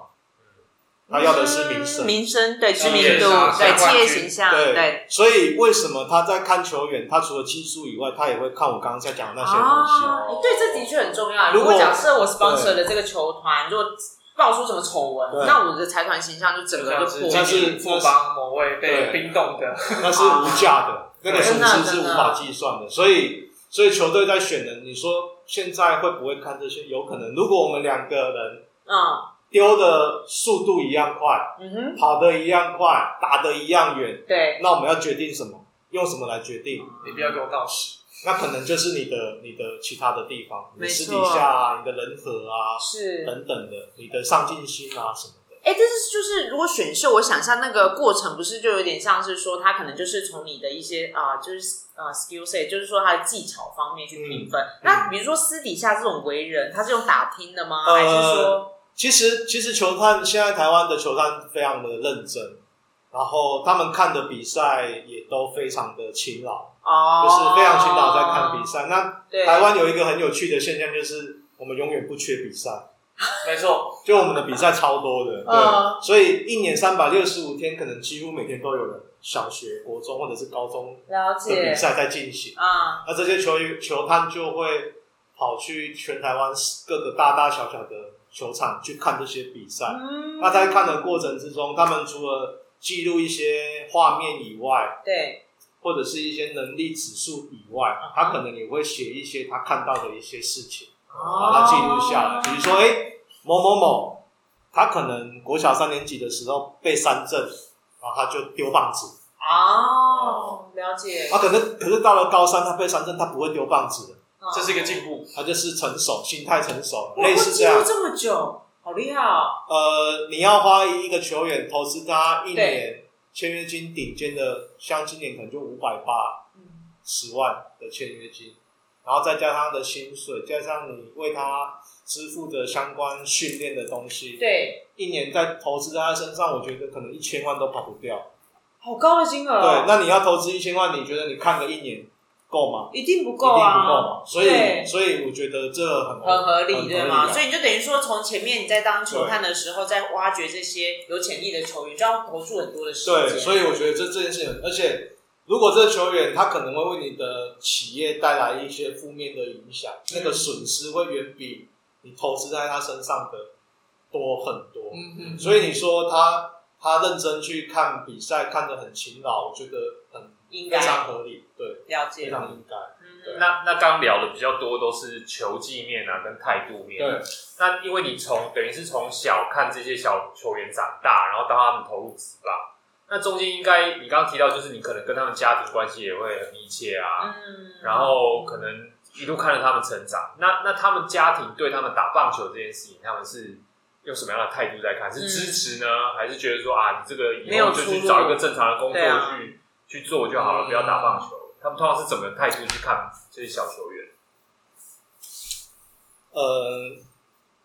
它要的是名声，
名声对知名
企业
度，
形象
对
冠
企业
军
形象，
对。
对
所以为什么他在看球员，他除了技术以外，他也会看我刚刚在讲的那些东
啊，对，这的确很重要。啊如
如果
果假设我 sponsor 的这个球团，如果爆出什么丑闻，
对
那我的财团形象就整个就
像
破
但
灭。
是
是
富邦某位被
对
冰冻的，
西，那是无价的，那个
真
损
的
失是
真
无
的
法计算的。所以，所以球队在选人，你说现在会不会看这些？有可能，如果我们两个人
嗯
丢的速度一样快，
嗯哼，
跑的一样快，打的一样远，
对，
那我们要决定什么？用什么来决定？
你不要给我闹事，
那可能就是你的、你的其他的地方，你
没错
私底下啊，你的人和啊，
是。
等等的，你的上进心啊什么的。
哎，但是就是如果选秀，我想象那个过程不是就有点像是说，他可能就是从你的一些啊、就是啊、skill set，就是说他的技巧方面去评分。
嗯
那比如说私底下这种为人，他是用打听的吗？
呃
还是说
其实，其实球探现在台湾的球探非常的认真，然后他们看的比赛也都非常的勤劳，
哦，
就是非常勤劳在看比赛。那
对
台湾有一个很有趣的现象，就是我们永远不缺比赛，
没错，
就我们的比赛超多的，
嗯
对，所以一年三百六十五天，可能几乎每天都有人小学、国中或者是高中
了
的
解
比赛在进行。
啊。
那这些球球探就会跑去全台湾各个大大小小的球场去看这些比赛。
嗯
那在看的过程之中，他们除了记录一些画面以外，
对，
或者是一些能力指数以外，他可能也会写一些他看到的一些事情，把它记录下
哦
来。比如说，哎、某某某，他可能国小三年级的时候被三振，然后他就丢棒子。
哦，了解，
啊，可是可是到了高三，他被三振，他不会丢棒子了。
哦
这是一个进步，
他就是成熟，心态成熟，
哇
类
会
似
记
这
录
样。
这么久，好厉害哦！
呃，你要花一个球员投资他一年签约金顶尖的，像今年可能就五百八
嗯
十万的签约金，然后再加上他的薪水，加上你为他支付的相关训练的东西，
对，
一年在投资在他身上，我觉得可能一千万都跑不掉。
好高的金额
对，
哦，
那你要投资一千万，你觉得你看个一年，够吗？
一定不
一定
够
不
啊，
够嘛。所以
对
所以我觉得这很
很合理，
很
对
合
吗？
理啊
所以你就等于说，从前面你在当球探的时候，在挖掘这些有潜力的球员，就要投注很多的时间。
对，所以我觉得这这件事情很，而且如果这个球员他可能会为你的企业带来一些负面的影响，那个损失会远比你投资在他身上的多很多。
嗯哼，
所以你说他他认真去看比赛，看得很勤劳，我觉得很
应
非
该
常合理，对，
了
非
解。
常应该。
嗯
那那刚聊的比较多都是球技面啊，跟态度面。
对，
那因为你从等于是从小看这些小球员长大，然后当他们投入职棒，那中间应该你刚刚提到，就是你可能跟他们家庭关系也会很密切啊，
嗯，
然后可能一路看着他们成长。那那他们家庭对他们打棒球这件事情，他们是用什么样的态度在看？是支持呢，还是觉得说啊，你这个
没
以
有
后就
出
去
路
找一个正常的工作
对
去、
啊
去做就好了，
嗯
不要打棒球？他们通常是怎么态度去看这些小球员？
呃，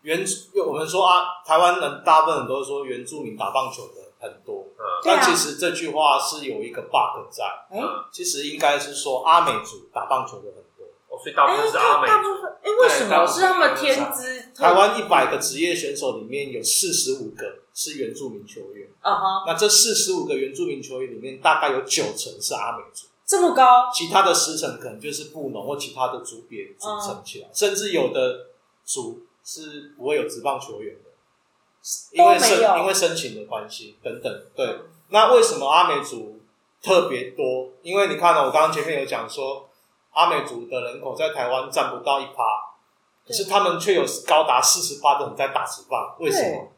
原我们说啊，台湾人大部分人都说原住民打棒球的很多，
对
但
啊
其实这句话是有一个 bug 在，嗯
哎
其实应该是说阿美族打棒球的很多，
哦，所以
哎
大部分是阿美
大部分哎，为什
对大
么
部分
是他们天资？
台湾一百个职业选手里面有四十五个是原住民球员，
啊哈，
那这四十五个原住民球员里面，大概有九成是阿美族，
这么高，
其他的十成可能就是布农或其他的族别组成起
嗯
来，甚至有的族是不会有职棒球员的，因为
都没有
申因为申请的关系等等。对，那为什么阿美族特别多？因为你看到、我刚刚前面有讲说，阿美族的人口在台湾占不到一趴，可是他们却有高达四十八的人在打职棒，为什么？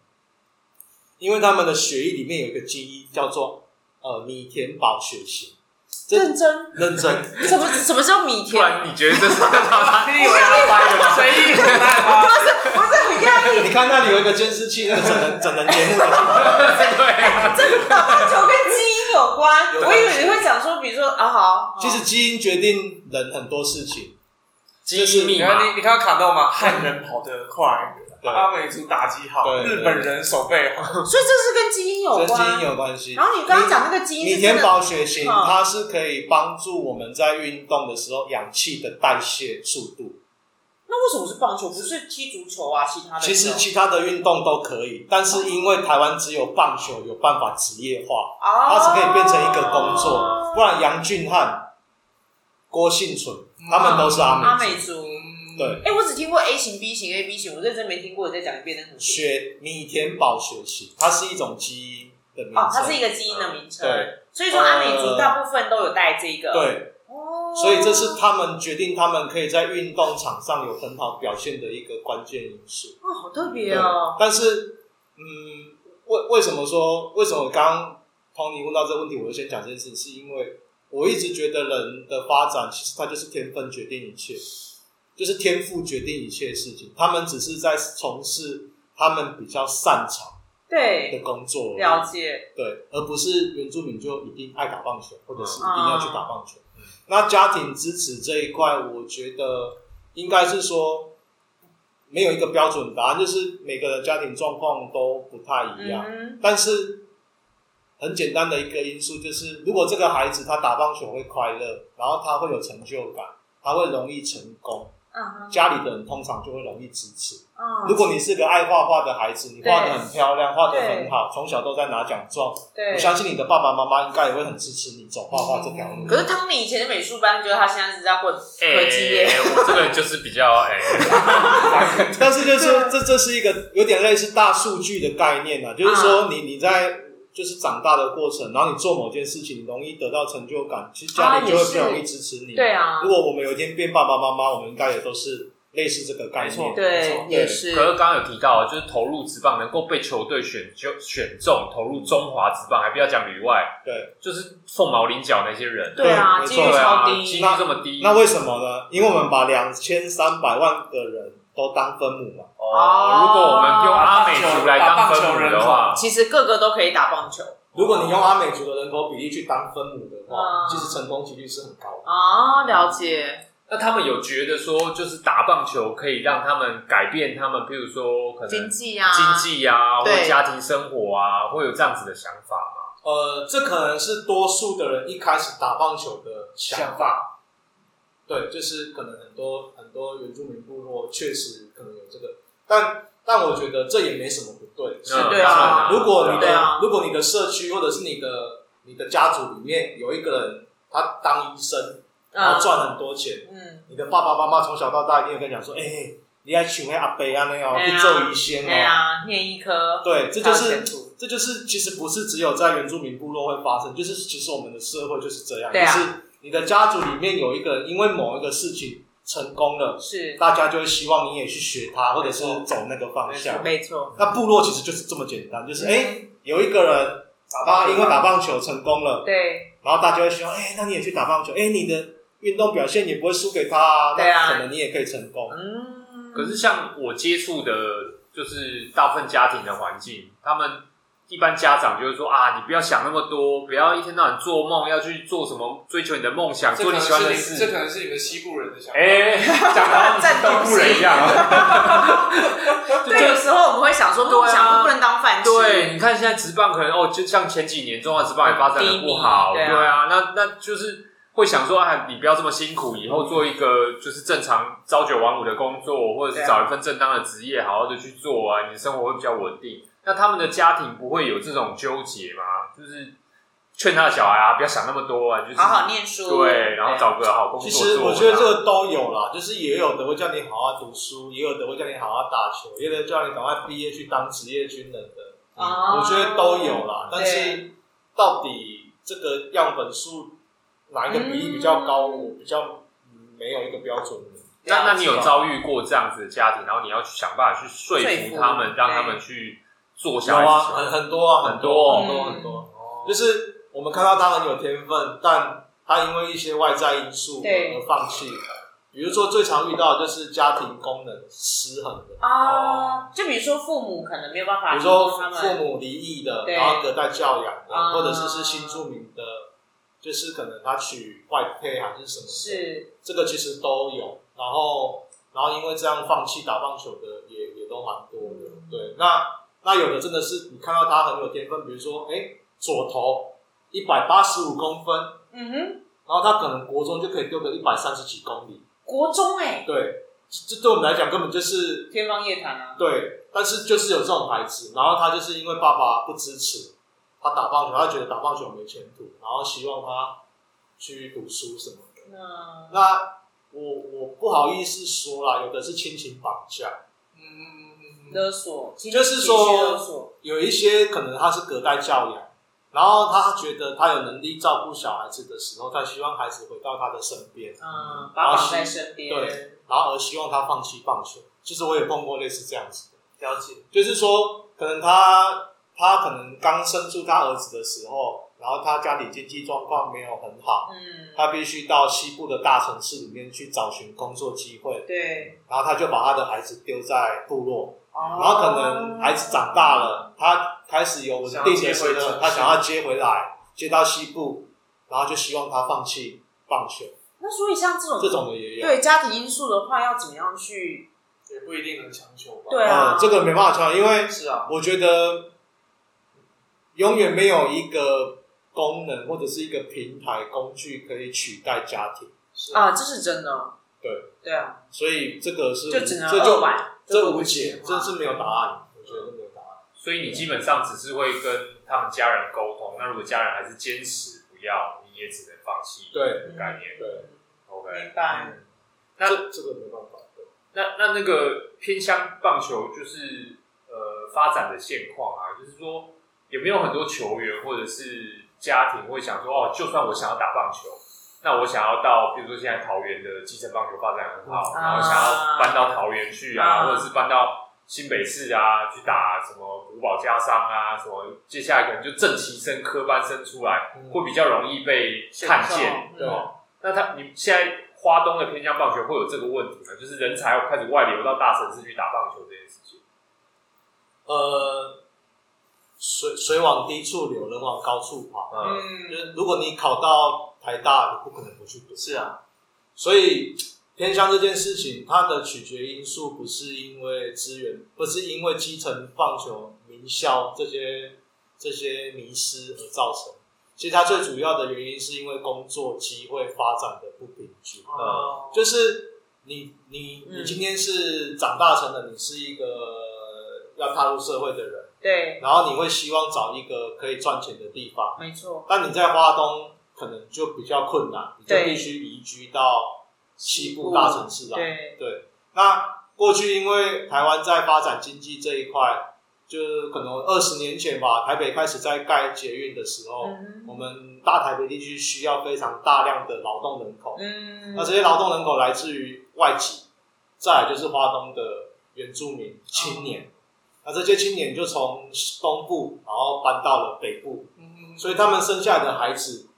因为他们的血液里面有一个基因叫做呃米田堡血型，这
认真？
认真，
什么什么叫米
不
田？
然你觉得这是
你以为他掰 的吗？随意胡乱吗？
我是很讶异，
你看那里有一个监视器，那个整人整人节目的，
对，啊
打棒球跟基因有关。
有
我
关
以为你会讲说，比如说啊好，
其实基因决定人很多事情。
基因密
你看
码
你你看到卡豆吗？汉人跑得快，
对
阿美族打击好，
对对
日本人手背好，
所以这是跟基因有
跟基
哦
因
关。
有关系。
然后你刚刚讲那个基因
米
是真
田
的，
宝血型，
嗯
它是可以帮助我们在运动的时候氧气的代谢速度。
那为什么是棒球，不是踢足球啊？其他的
其实
球
其他的运动都可以，但是因为台湾只有棒球有办法职业化，
啊，
它是可以变成一个工作。不然杨俊翰、郭幸存他们都是
阿
阿美
美
族。
族。
嗯
对，
哎、我只听过 A 型、B 型、AB 型，我认真没听过。你再讲一遍，那很
血米田宝血型，它是一种基因的名称。
哦，它是一个基因的名称。
对，
所以说阿美族
呃
大部分都有带这个。，
对，
哦，
所以这是他们决定他们可以在运动场上有很好表现的一个关键因素。
哦，好特别哦。
但是，嗯，为为什么说为什么刚刚 Tony 问到这个问题，我就先讲这件事，是因为我一直觉得人的发展其实它就是天分决定一切，就是天赋决定一切事情。他们只是在从事他们比较擅长的
对，
工作而已，
了解。
对，而不是原住民就一定爱打棒球，或者是一
嗯
定要去打棒球。嗯那家庭支持这一块，我觉得应该是说没有一个标准答案，就是每个人家庭状况都不太一样。
嗯
但是很简单的一个因素就是，如果这个孩子他打棒球会快乐，然后他会有成就感，他会容易成功，
哼，嗯哼，
家里的人通常就会容易支持。
嗯
如果你是个爱画画的孩子，你画的很漂亮，画的很好，从小都在拿奖状，
对
我。相信你的爸爸妈妈应该也会很支持你走画画这条路。
可是汤米以前的美术班，觉得他现在是在混
哎
科技业。
我这个人就是比较哎，
但是就是
啊
说，这这是一个有点类似大数据的概念啊，就是说
嗯
你你在就是长大的过程，然后你做某件事情，你容易得到成就感，其实家
啊
里就会
也
比
是
较容易支持你。
对啊
如，果我们有一天变爸爸妈妈，我们应该也都是类似这个概
没错
念。
对，也是。
可是刚刚有提到，就是投入职棒能够被球队选就选中，投入中华职棒，还不要讲旅外，
对，
就是凤毛麟角那些人，
对啊，
对
几
没
率
错
超
啊，
低
几率。这么低，
那为什么呢？因为我们把两千三百万个人都当分母嘛。
哦，如果我们用阿美族来当分母的话，
其实个个都可以打棒球
如果你用阿美族的人口比例去当分母的话，
嗯
其实成功几率是很高的。
哦，了解。
那他们有觉得说，就是打棒球可以让他们改变他们，比如说可能
经济啊，
经济啊，或
对
家庭生活啊，会有这样子的想法吗？
呃，这可能是多数的人一开始打棒球的想法，对，就是可能很多很多原住民部落确实可能有这个，但但我觉得这也没什么不对。
是嗯
对啊
当然啦
如果你
对
的、
啊
如果你的社区或者是你的你的家族里面有一个人他当医生，然后
嗯
赚很多钱，
嗯，
你的爸爸妈妈从小到大一定会跟你讲说，哎、你要请问阿伯啊那哦，
哎呀
去做医生
对
哦。
啊，念医科，
对，这就
还有
是
前途
这就是其实不是只有在原住民部落会发生，就是其实我们的社会就是这样，
对啊
就是你的家族里面有一个人因为某一个事情成功了，
是
大家就会希望你也去学他，或者是
没错
走那个方向。
没错，
那部落其实就是这么简单，就是哎、
嗯
有一个人
打
他啊因为打
棒
棒球成功了，
对
然后大家会希望哎、那你也去打棒球，哎、你的运动表现也不会输给他、啊，
对啊
那可能你也可以成功。
嗯，
可是像我接触的，就是大部分家庭的环境，他们一般家长就是说啊，你不要想那么多，不要一天到晚做梦，要去做什么追求你的梦想，
这
做
可
你
能
喜欢的
是你，这
事。
可能是你们西部人的想法。
哎，讲到
战斗
东部人
系
一样，啊 就
对，有时候我们会想说，
对啊
梦想不能当饭吃，
对，你看现在职棒可能哦，就像前几年中华职棒也发展的不好，
低迷对啊
那那就是会想说，哎，你不要这么辛苦，以后做一个就是正常朝九晚五的工作，或者
对
是
啊
找一份正当的职业，好好的去做啊，你的生活会比较稳定。那他们的家庭不会有这种纠结吗？就是劝他的小孩啊，不要想那么多啊，就是
好好念书，
对，然后找个好工作
其
做。
实我觉得这个都有啦，就是也有的会叫你好好读书，也有的会叫你好好打球，也有的叫你赶快毕业去当职业军人的。
啊
我觉得都有啦，但
哦对
是到底这个样本数哪一个比例比较高，
嗯
我比较没有一个标准。
那那你
了
有
解
遭遇过这样子的家庭，然后你要去想办法去说
说
服
服
他们，让
对
他们去做
有
下来
啊，
的事情。
很很多啊，
很
多
多
很
嗯
多很多，
哦
就是我们看到他很有天分，但他因为一些外在因素
对
而放弃。比如说最常遇到的就是家庭功能失衡的。
啊，就比如说父母可能没有办法，
比如说
他
父
们
母离异的，
对
然后隔代教养
啊
的，或者是是新住民的，就是可能他娶外配还是什么的，
是
这个其实都有。然后，然后因为这样放弃打棒球的也也都蛮多的。
嗯
对，那那有的真的是你看到他很有天分，比如说哎左投一百八十五公分，
嗯哼，
然后他可能国中就可以丢个一百三十几公里。
国中哎，
对，这这对我们来讲根本就是
天方夜谭啊，
对，但是就是有这种孩子，然后他就是因为爸爸不支持他打棒球，他觉得打棒球没前途，然后希望他去读书什么的。
那
那我我不好意思说啦，有的是亲情绑架，
嗯嗯嗯嗯嗯，
勒索，情
就
情
是
绪
说
勒索，
有一些可能他是隔代教养，然后他觉得他有能力照顾小孩子的时候，他希望孩子回到他的身边，
嗯，把他绑在身边，
对然后而希望他放弃棒球。其实我也碰过类似这样子的。
了解。
就是说，可能他他可能刚生出他儿子的时候，然后他家里经济状况没有很好，
嗯，
他必须到西部的大城市里面去找寻工作机会，
对，
然后他就把他的孩子丢在部落，
然
然后可能孩子长大了，他开始有稳定
想要接回
的时
城市
候，他想要接回来，接到西部，然后就希望他放弃棒球，
那所以像这种
这种的也有。
对家庭因素的话，要怎么样去？
也不一定能强求吧。
对啊
嗯，，这个没办法传，因为
是啊，
我觉得永远没有一个功能或者是一个平台工具可以取代家庭，
是
啊，这是真的，
对
对啊，
所以这个是
就只能
这
二
就
玩，
这
都
无
不
解
行，
这是没有答案，我觉得没有答案。
所以你基本上只是会跟他们家人沟通。那如果家人还是坚持不要，你也只能放弃。
对
的概念。
对，嗯
OK，
明白。
那
这这个没办法。对
那那那个偏乡棒球就是呃发展的现况啊，就是说有没有很多球员或者是家庭会想说哦，就算我想要打棒球，那我想要到比如说现在桃园的基层棒球发展很好，
嗯
然后想要搬到桃园去啊，
啊
或者是搬到新北市啊去打什么古堡家商啊，什么接下来可能就正旗生科班生出来，
嗯
会比较容易被看见。
对
哦，那他你现在花东的偏向棒球会有这个问题吗？就是人才开始外流到大城市去打棒球这件事情。
呃，水水往低处流，人往高处跑。
嗯，
就是如果你考到台大，你不可能不去读。
是啊，
所以偏乡这件事情，它的取决因素不是因为资源，不是因为基层棒球名校这些这些迷失而造成。其实它最主要的原因是因为工作机会发展的不平质。
啊呃
哦，
就是你你
嗯
你今天是长大成人，你是一个要踏入社会的人，
对，
然后你会希望找一个可以赚钱的地方，
没错，
但你在花东可能就比较困难，你就
对
必须移居到西部大城市来。
对，
对，那过去因为台湾在发展经济这一块，就是可能二十年前吧，台北开始在盖捷运的时候，
嗯
哦我们大台北地区需要非常大量的劳动人口。
嗯，
那这些劳动人口来自于外籍，再来就是花东的原住民青年。那这些青年就从东部，然后搬到了北部，
嗯
所以他们生下来的孩子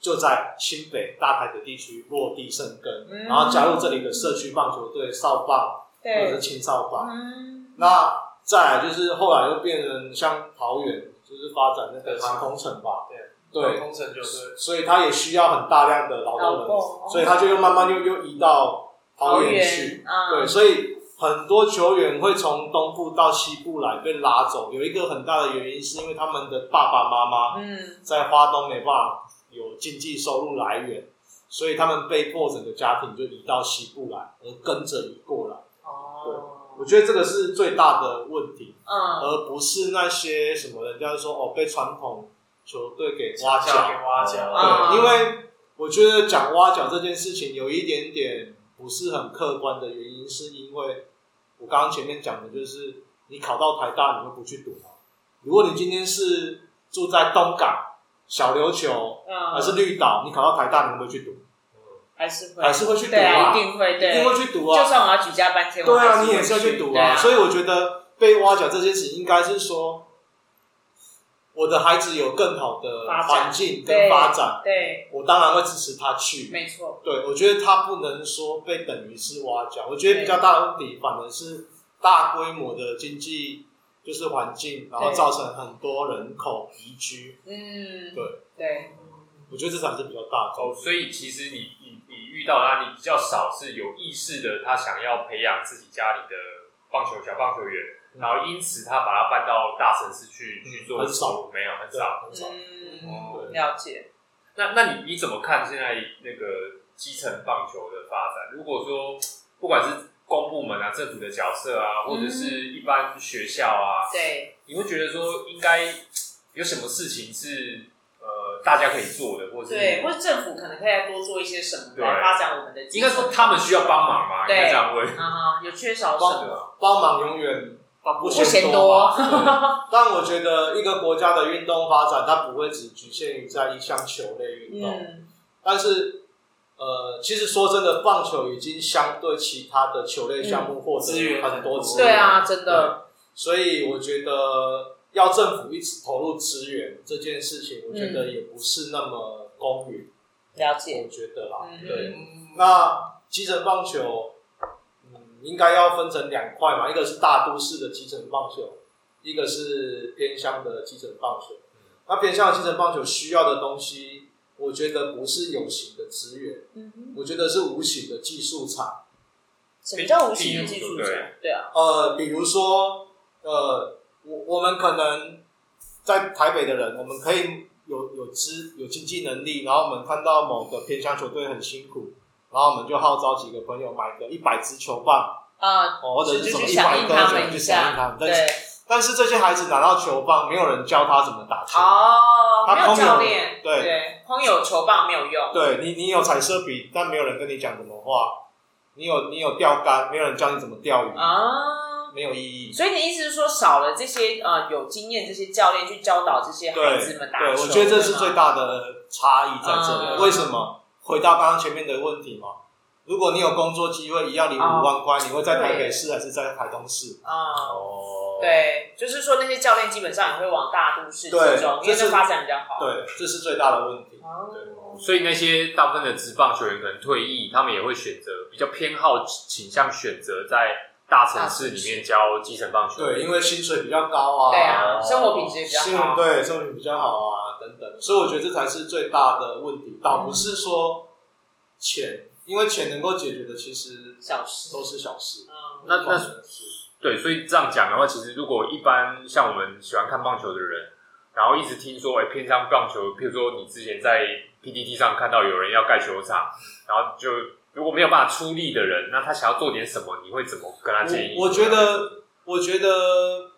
就在新北大台北地区落地生根，
嗯
然后加入这里的社区棒球队、少棒或者是
对，
青少棒。
嗯，
那再来就是后来又变成像桃园，就是发展那个
对
航空城吧，
对
对，
工程就对，
所以他也需要很大量的劳动人
劳动哦
口，所以他就又慢慢又又移到桃园去。
啊，
对，所以很多球员会从东部到西部来被拉走，有一个很大的原因是因为他们的爸爸妈妈
嗯，
在花东没办法有经济收入来源，所以他们被迫整个家庭就移到西部来，而跟着移过来。
哦，
我觉得这个是最大的问题，
嗯，
而不是那些什么人家说哦被传统球队给挖角。
给挖角，
啊
对，因为我觉得讲挖角这件事情有一点点不是很客观的原因，是因为我刚刚前面讲的就是你考到台大，你会不去读吗？如果你今天是住在东港、小琉球还
嗯，
是绿岛，你考到台大，你会不会去读？
还是会，
还是会去读
对啊，
啊，
一定会，
一
对，
定会去读啊。
就算我要举家搬迁，
对
我还
啊，
是
你也
会
是要去读
对啊，
所以我觉得被挖角这件事情，应该是说我的孩子有更好的
发展
环境
对
跟发展，
对，
我当然会支持他去。
没错，
对，我觉得他不能说被等于是挖角，我觉得比较大的问题反而是大规模的经济就是环境，然后
对
造成很多人口移居，
嗯，
对
对，
我觉得这才是比较大的。
哦，所以其实你你你遇到他，你比较少是有意识的，他想要培养自己家里的棒球小棒球员，
嗯
然后因此他把他搬到大城市去
嗯
去做，
很少
没有很
对
少。
啊很少。
嗯，
哦
对，
了解，
那那你你怎么看现在那个基层棒球的发展？如果说不管是公部门啊、政府的角色啊，或者是一般学校啊，
对，
你会觉得说应该有什么事情是呃大家可以做的，或者是
对，或者政府可能可以再多做一些什么
对
来发展我们的基
应
层，
该说他们需要帮忙嘛？应
对
该这样问。啊
啊，有缺少什么？
帮忙永远帮不
不嫌
多
多
嘛。但我觉得一个国家的运动发展，它不会只局限于在一项球类运动，
嗯，
但是。呃，其实说真的，棒球已经相对其他的球类项目获
资
得
源
很多资源，
对啊，真的，
所以我觉得要政府一直投入资源这件事情，我觉得也不是那么公允，
了解
我，觉得啦。
嗯
对，
嗯
那基层棒球，嗯，应该要分成两块嘛，一个是大都市的基层棒球，一个是偏乡的基层棒球。那偏乡的基层棒球需要的东西，我觉得不是有形的资源，
嗯，
我觉得是无形的技术产。
什么叫无形的技术者
对对？
对啊，
呃，比如说，呃，我我们可能在台北的人，我们可以有有资有经济能力，然后我们看到某个偏乡球队很辛苦，然后我们就号召几个朋友买个一百支球棒，
啊，
哦，或者是
就
什么
去
一
响
百
应
颗
他
球
们
去
一
响应
下，
他们。但
对
是，但是这些孩子拿到球棒，没有人教他怎么打球。
哦，
他
没有
空有
教练，
对
对，空有球棒没有用，
对你，你有彩色笔，但没有人跟你讲怎么画；你有你有钓竿，没有人教你怎么钓鱼，
啊。
没有意义。
所以你的意思是说，少了这些呃有经验这些教练去教导这些孩子们打球，
对，我觉得这是
对
最
吗
大的差异在这里。
嗯
为什么？回到刚刚前面的问题嘛，如果你有工作机会，一样领五万块，你会在台北市还是在台东市？
啊。
哦，
对，就是说那些教练基本上也会往大都市集
对
中，因
这
为
是
那发展比较好。
对，这是最大的问题。
哦，
所以那些大部分的职棒球员可能退役，他们也会选择比较偏好倾向选择在大城市里面教基层棒球。
对，因为薪水比较高啊，
对啊，生活品质也比较
新
好。
对生活品比较好啊，等等。所以我觉得这才是最大的问题，倒不是说钱，因为钱能够解决的其实
小事，
都是小事。
嗯，
那那
是
对，所以这样讲的话，其实如果一般像我们喜欢看棒球的人，然后一直听说，哎、偏向棒球，譬如说你之前在 PPT 上看到有人要盖球场，然后就如果没有办法出力的人，那他想要做点什么，你会怎么跟他建议？
我我觉得，我觉得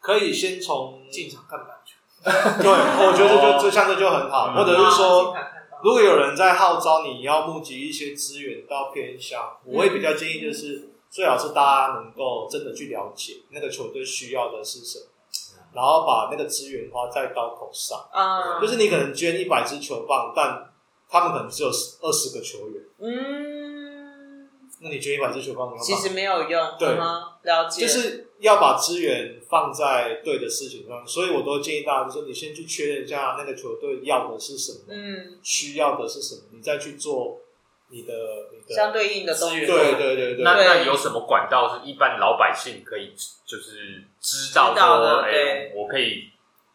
可以先从
进场看板球，
对，我觉得就就像这就很好，
嗯
或者是说，
啊看到
如果有人在号召你要募集一些资源到偏乡，
嗯
我会比较建议就是最好是大家能够真的去了解那个球队需要的是什么，
嗯
然后把那个资源花在刀口上。
啊，
就是你可能捐一百支球棒，但他们可能只有二十个球员，
嗯，
那你捐一百支球棒，你要把
其实没有用，
对
嗯哼，了解，
就是要把资源放在对的事情上，所以我都建议大家，就是你先去确认一下那个球队要的是什么，
嗯，
需要的是什么，你再去做你的你的
相对应的东
资
西，
源
对对对对，
那
对
那有什么管道是一般老百姓可以就是知道
知道
说，
的
哎、
对
我可以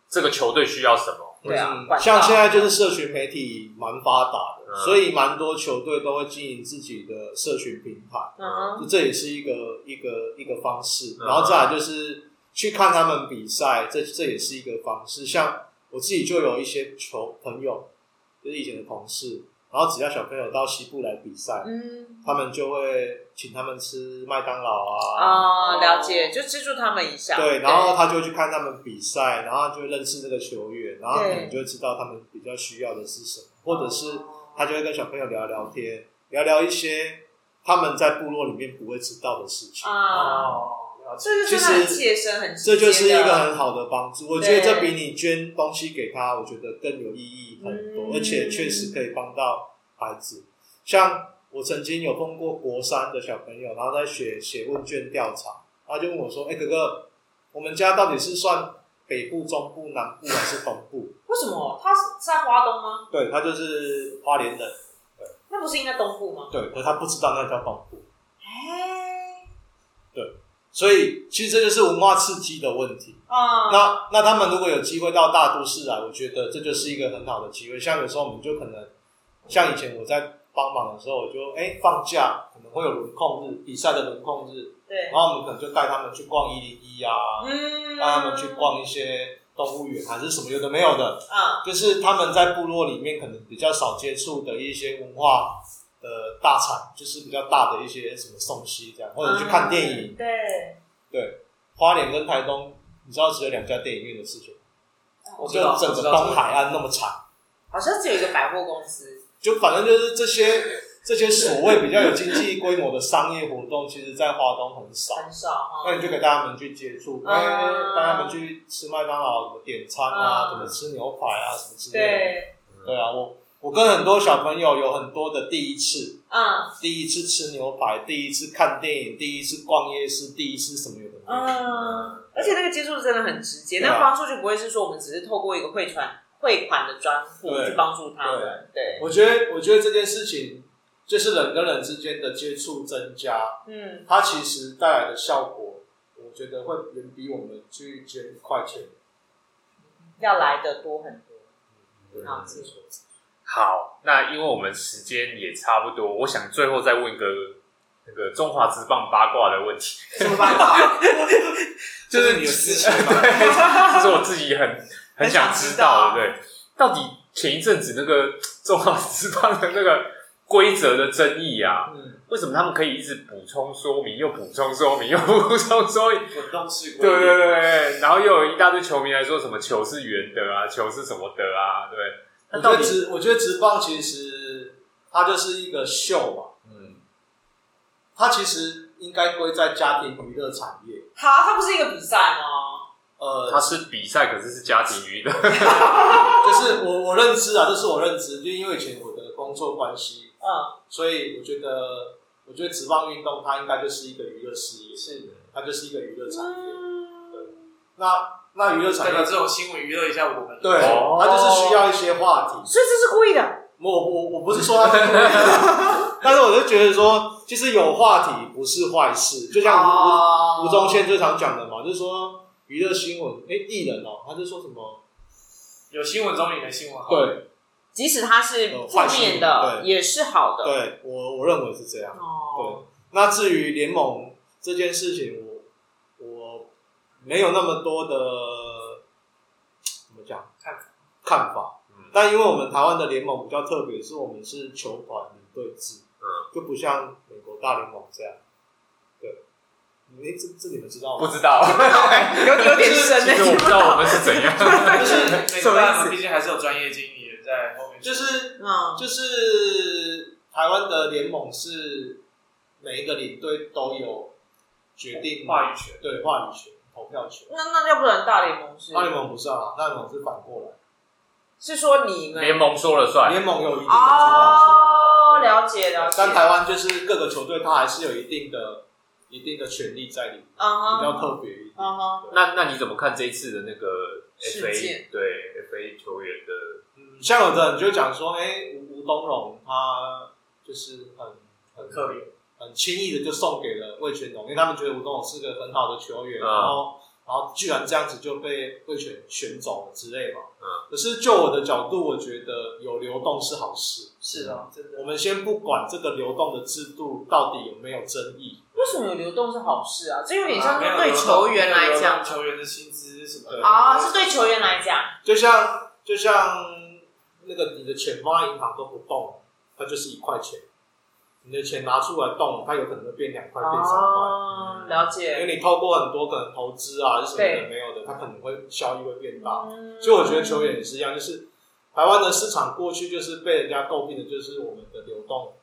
这个球队需要什么？
对啊
嗯，
管道
像现在就是社群媒体蛮发达的，
嗯
所以蛮多球队都会经营自己的社群平台，
嗯哼，
这也是一个一个一个方式。
嗯
然后再来就是去看他们比赛，这这也是一个方式。像我自己就有一些球朋友，就是以前的同事，然后只要小朋友到西部来比赛，
嗯，
他们就会请他们吃麦当劳
啊，了解，就资助他们一下，
对，然后他就会去看他们比赛，然后就会认识这个球员，然后
对
你就会知道他们比较需要的是什么，或者是他就会跟小朋友聊聊天，聊聊一些他们在部落里面不会知道的事情。
啊，
哦，了解
这就是
其实
很切身，很直接
这
的
就是一个很好的帮助，我觉
对
得这比你捐东西给他，我觉得更有意义很多，
嗯
而且确实可以帮到孩子。像我曾经有碰过国三的小朋友，然后在写写问卷调查，他就问我说：“哎、哥哥，我们家到底是算北部、中部、南部还是东部
为什么他是在花东吗？”？
对他就是花莲人，
那不是应该东部吗？
对，可他不知道那叫东部，
哎，
所以其实这就是文化刺激的问题。
啊，
那那他们如果有机会到大都市来，我觉得这就是一个很好的机会。像有时候我们就可能，像以前我在帮忙的时候，我就哎、放假可能会有轮控日，比赛的轮控日，
对
然，后我们可能就带他们去逛一零一啊，
嗯，
带他们去逛一些动物园还是什么有的没有的，
啊，
就是他们在部落里面可能比较少接触的一些文化的大产，就是比较大的一些什么东西这样，或者去看电影。
嗯对，
对，花莲跟台东，你知道只有两家电影院的事情吗。
我知
就
道，
整个
我知道
东海岸那么长，
好像只有一个百货公司，
就反正就是这些这些所谓比较有经济规模的商业活动，其实在华东很少。
很少哈
那。你就给大家们去接触，
啊
哎、带他们去吃麦当劳，怎么点餐啊，
啊
怎么吃牛排啊，什么之类的。
对，
对啊，我我跟很多小朋友有很多的第一次，
嗯
第一次吃牛排，第一次看电影，第一次逛夜市，第一次什么有的没有。
嗯，而且那个接触真的很直接，
对啊
那帮助就不会是说我们只是透过一个汇款汇款的专户
对
去帮助他们，对，
我觉得，我觉得这件事情就是人跟人之间的接触增加，
嗯，
它其实带来的效果，我觉得会远比我们去捐一块钱。
要来的多很多。
对
好，谢谢。
好，那因为我们时间也差不多，我想最后再问一个那个中华职棒八卦的问题，
什么办 法？
就是
你有私心吗？
对，是我自己很很想知道的，啊
很想知道
对，到底前一阵子那个中华职棒的那个规则的争议啊，
嗯，
为什么他们可以一直补充说明，又补充说明，又补充说明？
滚动式
对
规
对
律，
对对，然后又有一大堆球迷来说什么球是圆的啊，球是什么的啊，对，
我
那
觉
到
得
底
直，我觉得直棒其实它就是一个秀嘛，
嗯，
它其实应该归在家庭娱乐产业。
好，它不是一个比赛哦吗？
呃，
它是比赛，可是是家庭娱乐，
就是我我认知啊，这是我认知，就因为以前我的工作关系，
嗯，
所以我觉得，我觉得直棒运动它应该就是一个娱乐事业，
是
它就是一个娱乐产业。
嗯
那那娱乐产
代表
业
这，种新闻娱乐一下我们。
对，
哦
它就是需要一些话题。
所以这是故意的。
我我我不是说他是故意的 但是我就觉得说，其实有话题不是坏事，就像吴
哦
吴吴宗宪最常讲的嘛，就是说娱乐新闻，哎、艺人哦、他就说什么
有新闻总比没新闻好。，
对
即使它是
有
负
坏新
面
闻
的，
对
也是好的。
对，我我认为是这样。
哦，
那至于联盟这件事情，我我没有那么多的怎么讲
看
看法，
嗯
但因为我们台湾的联盟比较特别，是我们是球团领队制，
嗯，
就不像美国大联盟这样。对，你这这你们知道 吗？
不知 道，
有有点深
其
欸
实我不知道我们是怎样。
就是美国大
什么意思
们毕竟还是有专业经理人在后面，
就是
嗯，
就是台湾的联盟是每一个领队都有决定
话语权。
对话语权、投票权。
那那要不然大联盟是
大联盟不是啊，大联盟是反过来，
是说你们
联盟说了算，
联盟有一定的主导
哦，了解了
权
解，，
但台湾就是各个球队它还是有一定的、一定的权利在里面，
嗯哼
比较特别一点。
嗯哼，
那那你怎么看这一次的那个
事
FA
件
对 FA 球员的
嗯，像有的人就讲说，哎、吴吴东荣他就是很很
特别，
很轻易的就送给了魏全龙，因为他们觉得吴东荣是个很好的球员，
嗯
啊
然后然后居然这样子就被魏全选走了之类嘛。
嗯，
啊
可是就我的角度，我觉得有流动是好事。
是啊，真
我
的。
们先不管这个流动的制度到底有没有争议，
为什么有流动是好事啊？这有点像
没有
是对球员来
流
讲
动球员的薪资是什么的
啊，是对球员来讲，
就像就像那个你的钱放在银行都不动，它就是一块钱。你的钱拿出来动，它有可能会变两块、变三块。
哦，了
因
解。
为你透过很多可能投资啊，还是什么
对
的没有的，它可能会效益会变大。
嗯
所以我觉得球员也是一样，就是台湾的市场过去就是被人家诟病的，就是我们的流动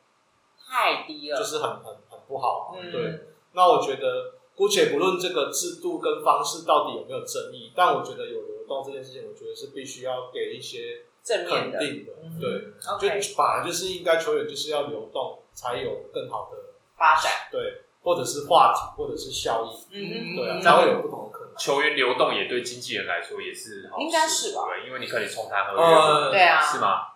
太低了，
就是很很很不好、啊。
嗯
对，那我觉得姑且不论这个制度跟方式到底有没有争议，但我觉得有流动这件事情，我觉得是必须要给一些
正面
肯
的
定的
嗯。
对，
，OK，
就本来就是应该球员就是要流动，才有更好的
发展，
对，或者是话题，或者是效益，
嗯
对啊，
嗯
才会有不同的可能。
球员流动，也对经纪人来说也是好事，
应该是吧
对，因为你可以冲他合约嘛，
呃，
对啊，
是吗？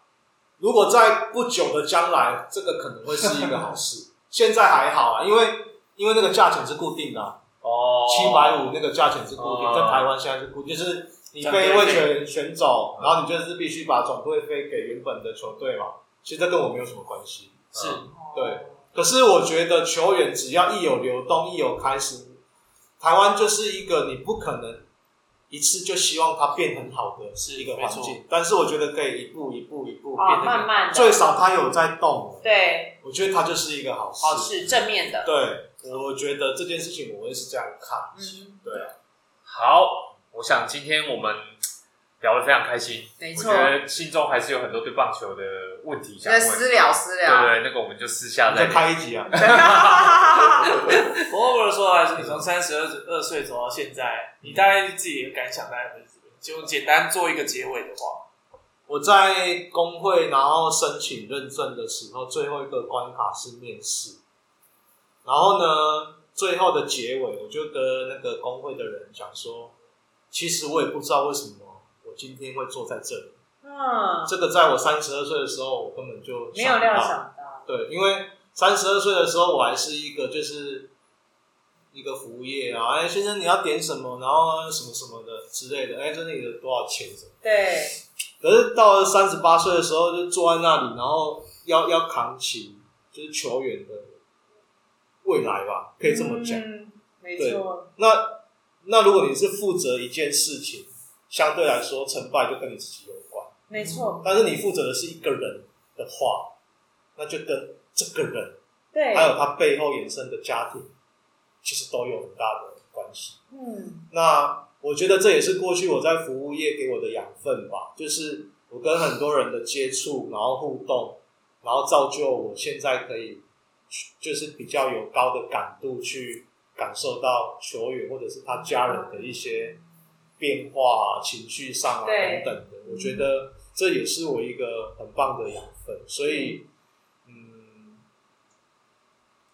如果在不久的将来，这个可能会是一个好事。现在还好啊，因为因为那个价钱是固定的、啊，
哦
七百五那个价钱是固定，
哦
在台湾现在是固定，就是你
转队
被
费
魏权选走，然后你就是必须把转会费给原本的球队嘛。其实这跟我没有什么关系。
是
嗯
对，
哦
可是我觉得球员只要一有流动，一有开始，台湾就是一个你不可能一次就希望它变很好的
是
一个
没
环
错哦
境，但是我觉得可以一步一步一步变
啊，
得
慢慢的，
最少它有在动了，
对，
我觉得它就是一个好事。
哦
好事正面的，
对，我觉得这件事情我会是这样看。
嗯，
对啊，
好，我想今天我们聊得非常开心，
没
我
错
觉得心中还是有很多对棒球的问题想
那
问，
私聊私
对
聊，
对，那个我们就私下再
再
聊。
开一集啊，
我偶尔说还是你从三十二二岁走到现在，你大概自己的感想大概会是什么？就简单做一个结尾的话，
我在工会然后申请认证的时候，最后一个关卡是面试，然后呢，最后的结尾我就跟那个工会的人讲说，其实我也不知道为什么我今天会坐在这里，
嗯，
这个在我三十二岁的时候，我根本就
没有
不到
料想到，
对，因为三十二岁的时候，我还是一个就是一个服务业啊，哎，先生你要点什么，然后什么什么的之类的，哎，这里有多少钱什么。
对，
可是到了三十八岁的时候，就坐在那里，然后要要扛起就是球员的未来吧，可以这么讲。
嗯，没错，
那那如果你是负责一件事情，相对来说成败就跟你自己有关。
没错，
但是你负责的是一个人的话，那就跟这个人
对，
还有他背后延伸的家庭，其实都有很大的关系。
嗯，
那我觉得这也是过去我在服务业给我的养分吧，就是我跟很多人的接触，然后互动，然后造就我现在可以去就是比较有高的感度去感受到球员或者是他家人的一些变化、啊、情绪上啊
对
等等的。我觉得这也是我一个很棒的养分，所以嗯，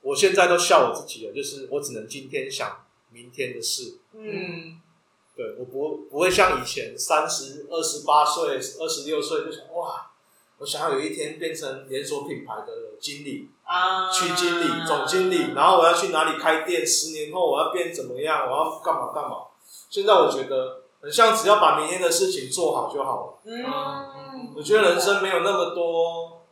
我现在都笑我自己了，就是我只能今天想明天的事。
嗯，
对我不不会像以前三十二十八岁、二十六岁就想哇，我想要有一天变成连锁品牌的经理、
啊，
区经理、总经理，然后我要去哪里开店，十年后我要变怎么样，我要干嘛干嘛。现在我觉得很像，只要把明天的事情做好就好了。
嗯，
我觉得人生没有那么多，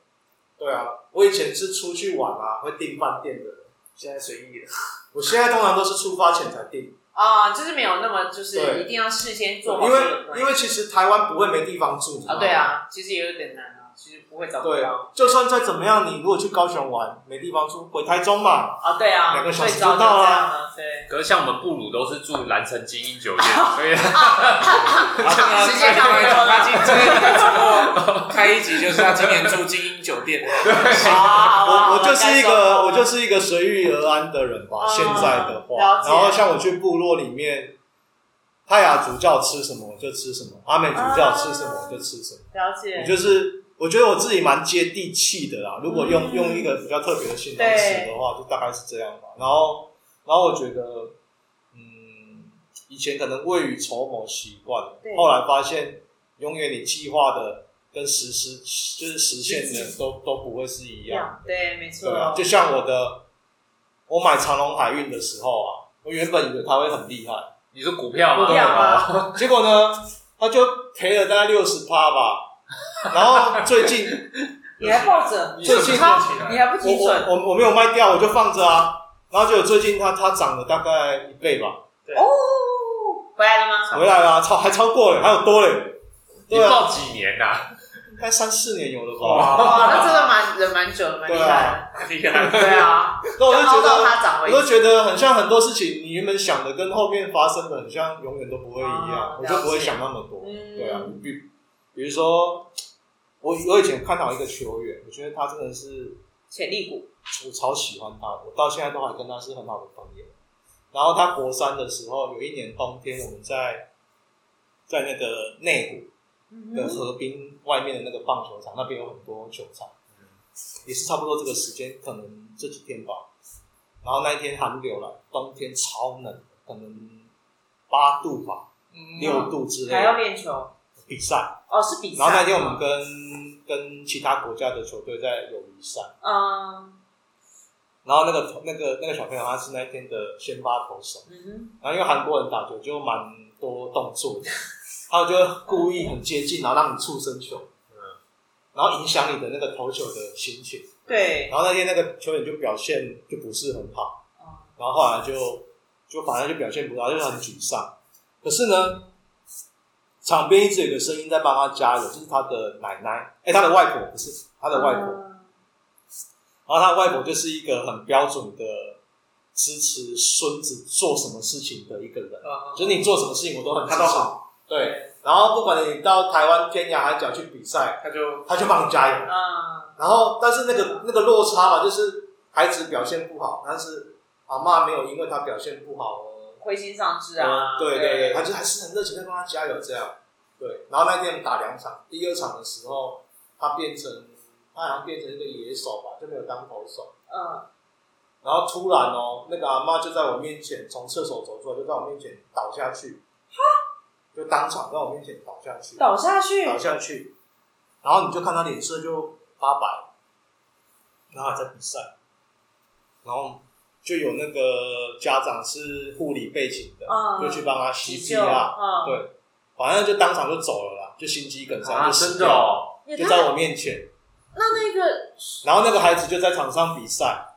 对啊，我以前是出去玩啊，会订饭店的人，
现在随意了。
我现在通常都是出发前才订，
啊、就是没有那么就是
对
一定要事先做好
因
这
为
个规划
因为其实台湾不会没地方住
啊，对，啊，其实也有点难啊，其实不会找不
对
到，
就算再怎么样，你如果去高雄玩，没地方住，回台中嘛，
啊，对啊，
两个小时
最早
就到啊
就
了
这样了，对，
可是像我们布鲁都是住蓝城精 英酒店，所以
时间差不多了
他今今天只不过开一集就是他今年住精英酒店，
好啊好啊
我我就是一个我就是是一个随遇而安的人吧。
嗯
现在的话，
了解
然后像我去部落里面，泰雅主教吃什么我就吃什么，阿美主教吃什么我就吃什么。
了
我
解，
就是我觉得我自己蛮接地气的啦。如果用、
嗯
用一个比较特别的形容词的话，就大概是这样吧。然后，然后我觉得，嗯，以前可能未雨绸缪习惯了
对，
后来发现，永远你计划的跟实施就是实现的都都不会是一样。
对，没
对啊
错，，
就像我的，我买长隆海运的时候啊，我原本以为它会很厉害，
你说股票吗？
不一样啊，
结果呢，他就赔了大概六十趴吧。然后最近
你还抱着，
最近
啊
你还不
我
提准，
我我我没有卖掉，我就放着啊。然后结果最近它它涨了大概一倍吧，
哦，回来了吗？
回来啦，超还超过了，还有多嘞。
你
对啊，
报几年呐、啊？
应该三四年有了吧。
哇，
哇，
那真的啊蛮人蛮久的，蛮厉害
很厉
的，
害，
对啊，
那我就觉
熬到
得，
它长
我
为
就
止，
觉得很像很多事情，你原本想的跟后面发生的很像，永远都不会一样
哦，
我就不
了
会
解
想那么多。
嗯
对啊，比比如说，我我以前看到一个球员，我觉得他真的是
潜力股，
我超喜欢他，我到现在都还跟他是很好的朋友。然后他国三的时候，有一年冬天，我们在在那个内
嗯
湖的河滨外面的那个棒球场，那边有很多球场，
嗯
也是差不多这个时间，可能这几天吧。然后那一天寒流来，冬天超冷，可能八度吧，六度之类
嗯还要
的
练球，
比赛。
哦，是比赛，
然后那天我们跟跟其他国家的球队在友谊赛。
嗯
然后那个那个那个小朋友他是那一天的先发投手，
嗯
然后因为韩国人打球就蛮多动作的，他就故意很接近，然后让你触身球，然后影响你的那个投球的心情。
哼，对，
然后那天那个球员就表现就不是很好，
哦
然后后来就就反正就表现不好，就是很沮丧。可是呢，场边一直有一个声音在帮他加油，就是他的奶奶，哎，他的外婆不是他的外婆，
嗯
然后他外婆就是一个很标准的支持孙子做什么事情的一个人，
嗯
就是你做什么事情我都很支
他
持
都。好，
对，，然后不管你到台湾、天涯海角去比赛，
他就
他就帮你加油。
嗯，
然后，但是那个那个落差嘛，就是孩子表现不好，但是阿妈没有因为他表现不好而
灰心丧志啊，
嗯对对对，他就还是很热情在帮他加油这样。对，然后那天打两场，第二场的时候他变成他好像变成一个野手吧，就没有当投手。
嗯，
然后突然哦，那个阿妈就在我面前从厕所走出来，就在我面前倒下去，就当场在我面前倒下去，
倒下去，
倒下去，然后你就看他脸色就发白，然后还在比赛，然后就有那个家长是护理背景的，
嗯
就去帮他
急
CPR，
嗯，
对，啊反正就当场就走了啦，就心肌梗塞、
啊，
就死
真的
掉了，
哦，
也
就
太
在我面前，
嗯那那个
然后那个孩子就在场上比赛，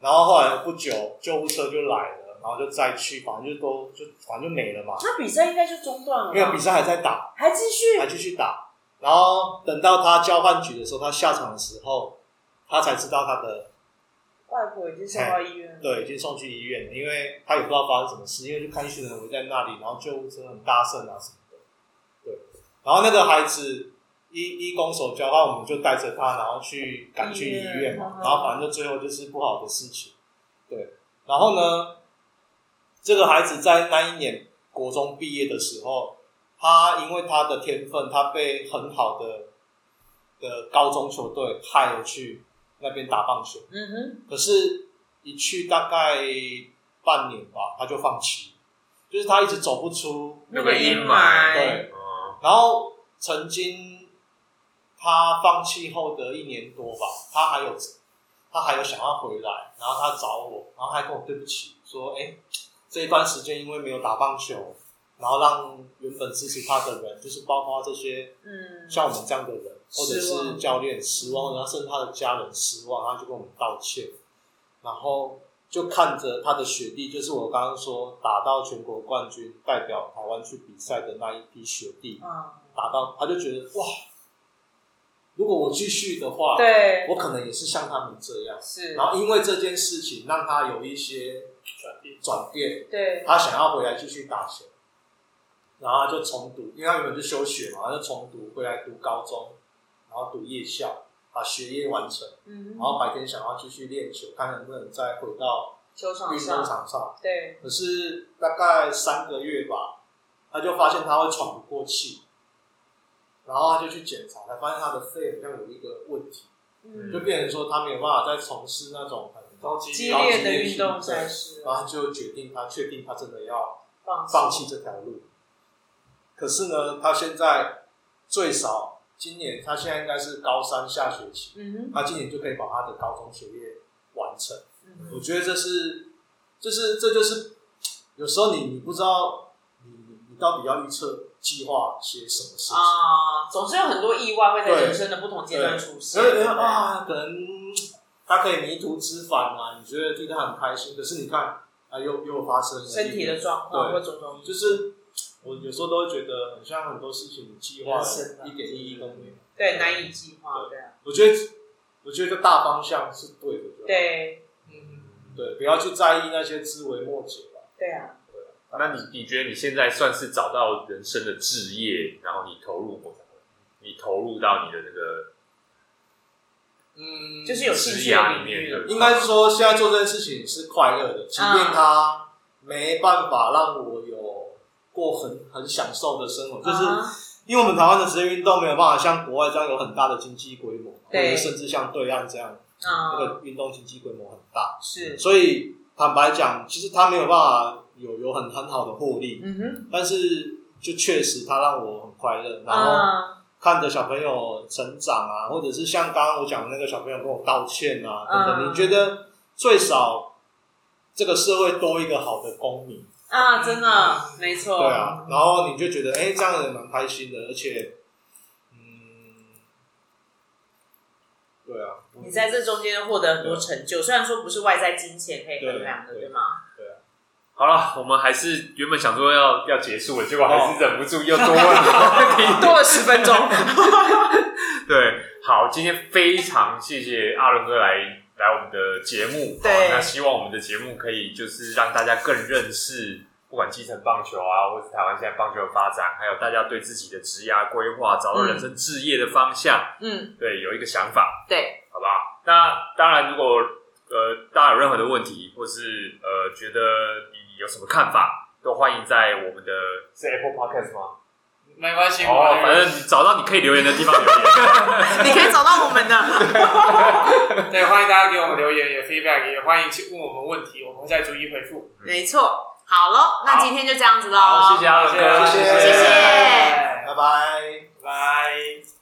然后后来不久救护车就来了，然后就再去，反正就都就反正就没了嘛。
那比赛应该就中断了吧，
没有比赛还在打，
还继
还
续，
继续打，然后等到他交换局的时候，他下场的时候，他才知道他的
外婆已经送到医院了，
对已经送去医院了，因为他也不知道发生什么事，因为就看一群人围在那里，然后救护车很大声啊什么的，对，然后那个孩子。一一拱手交换，我们就带着他，然后去赶去医院嘛
医院，
然后反正就最后就是不好的事情，对。然后呢，这个孩子在那一年国中毕业的时候，他因为他的天分，他被很好的的高中球队派了去那边打棒球，
嗯哼，
可是，一去大概半年吧，他就放弃，就是他一直走不出。
那
那
个
个
阴
阴
霾
霾，
对，
嗯，
然后曾经他放弃后的一年多吧，他还有他还有想要回来，然后他找我，然后他还跟我对不起，说：“哎，这一段时间因为没有打棒球，然后让原本支持他的人，就是包括这些
嗯，
像我们这样的人，或者
失
是
望
教练失望，然后甚至他的家人失望，他就跟我们道歉，然后就看着他的学弟，就是我刚刚说打到全国冠军，代表台湾去比赛的那一批学弟，
嗯，
打到他就觉得哇，如果我继续的话，
对，
我可能也是像他们这样。
是，
然后因为这件事情让他有一些
转变，
转变，
对，
他想要回来继续打球，然后他就重读，因为他原本就休学嘛，他就重读回来读高中，然后读夜校，把学业完成，
嗯
然，后白天想要继续练球，看能不能再回到
球场
运动
上，
场上。
对，
可是大概三个月吧，他就发现他会喘不过气，然后他就去检查，才发现他的肺好像有一个问题，就
嗯，
变成说他没有办法再从事那种很
高级
激
高级
烈的
练
运
习
动
对
赛事
然后他就决定他确定他真的要
放
放弃这条路。可是呢，他现在最少今年，他现在应该是高三下学期，
嗯哼
他今年就可以把他的高中学业完成。
嗯
我觉得这是，就是这就是有时候你你不知道你你到底要预测计划些什么事情，
啊，总是有很多意外会在
对
人生的不同阶段出现
所以，你看啊，可能他可以迷途知返啊，你觉得替他很开心，可是你看啊，又又发生了
身体的状况或种种，
就是我有时候都会觉得，很像很多事情计划
人生啊
一点意义都没有。
对难以计划，对啊，
我觉得，我觉得大方向是对的，就好
对
嗯，
对，不要去在意那些枝微末节吧。
对啊，
那你你觉得你现在算是找到人生的置业，然后你投入，你投入到你的那个
嗯
就是有兴
职
趣的
涯
领
里面
域
的，
应该是说，现在做这件事情是快乐的，即
嗯
便它没办法让我有过很很享受的生活，就是
啊
因为我们台湾的职业运动没有办法像国外这样有很大的经济规模，或
对
者甚至像对岸这样，那
啊
个运动经济规模很大。
是，
所以坦白讲，其实他没有办法有有很很好的获利，
嗯哼，
但是就确实他让我很快乐，然后
啊
看着小朋友成长啊，或者是像刚刚我讲的那个小朋友跟我道歉啊等等，
嗯
你觉得最少这个社会多一个好的公民，
啊，真的没错，
对啊，然后你就觉得哎、这样也蛮开心的，而且嗯，对啊，
你在这中间获得很多成就，虽然说不是外在金钱可以衡量的，
对
对吗？
好了，我们还是原本想说要要结束了，结果还
哦
是忍不住又多问了 问题。
多了十分钟，
对，好，今天非常谢谢阿伦哥来来我们的节目。
对
好那希望我们的节目可以就是让大家更认识，不管基层棒球啊，或是台湾现在棒球的发展，还有大家对自己的职涯规划，找到人生置业的方向，
嗯，
对，有一个想法。
对，
好不好？那当然，如果呃大家有任何的问题，或是呃觉得你有什么看法，都欢迎在我们的是 Apple Podcast 吗？
没关系，
哦
我，
反正你找到你可以留言的地方留 言。
你可以找到我们的，
对，欢迎大家给我们留言，也 feedback，也欢迎去问我们问题，我们会再逐一回复。
没错。好喽，那今天就这样子喽，
好，谢谢阿伦哥，
谢谢
谢谢
拜拜。
拜。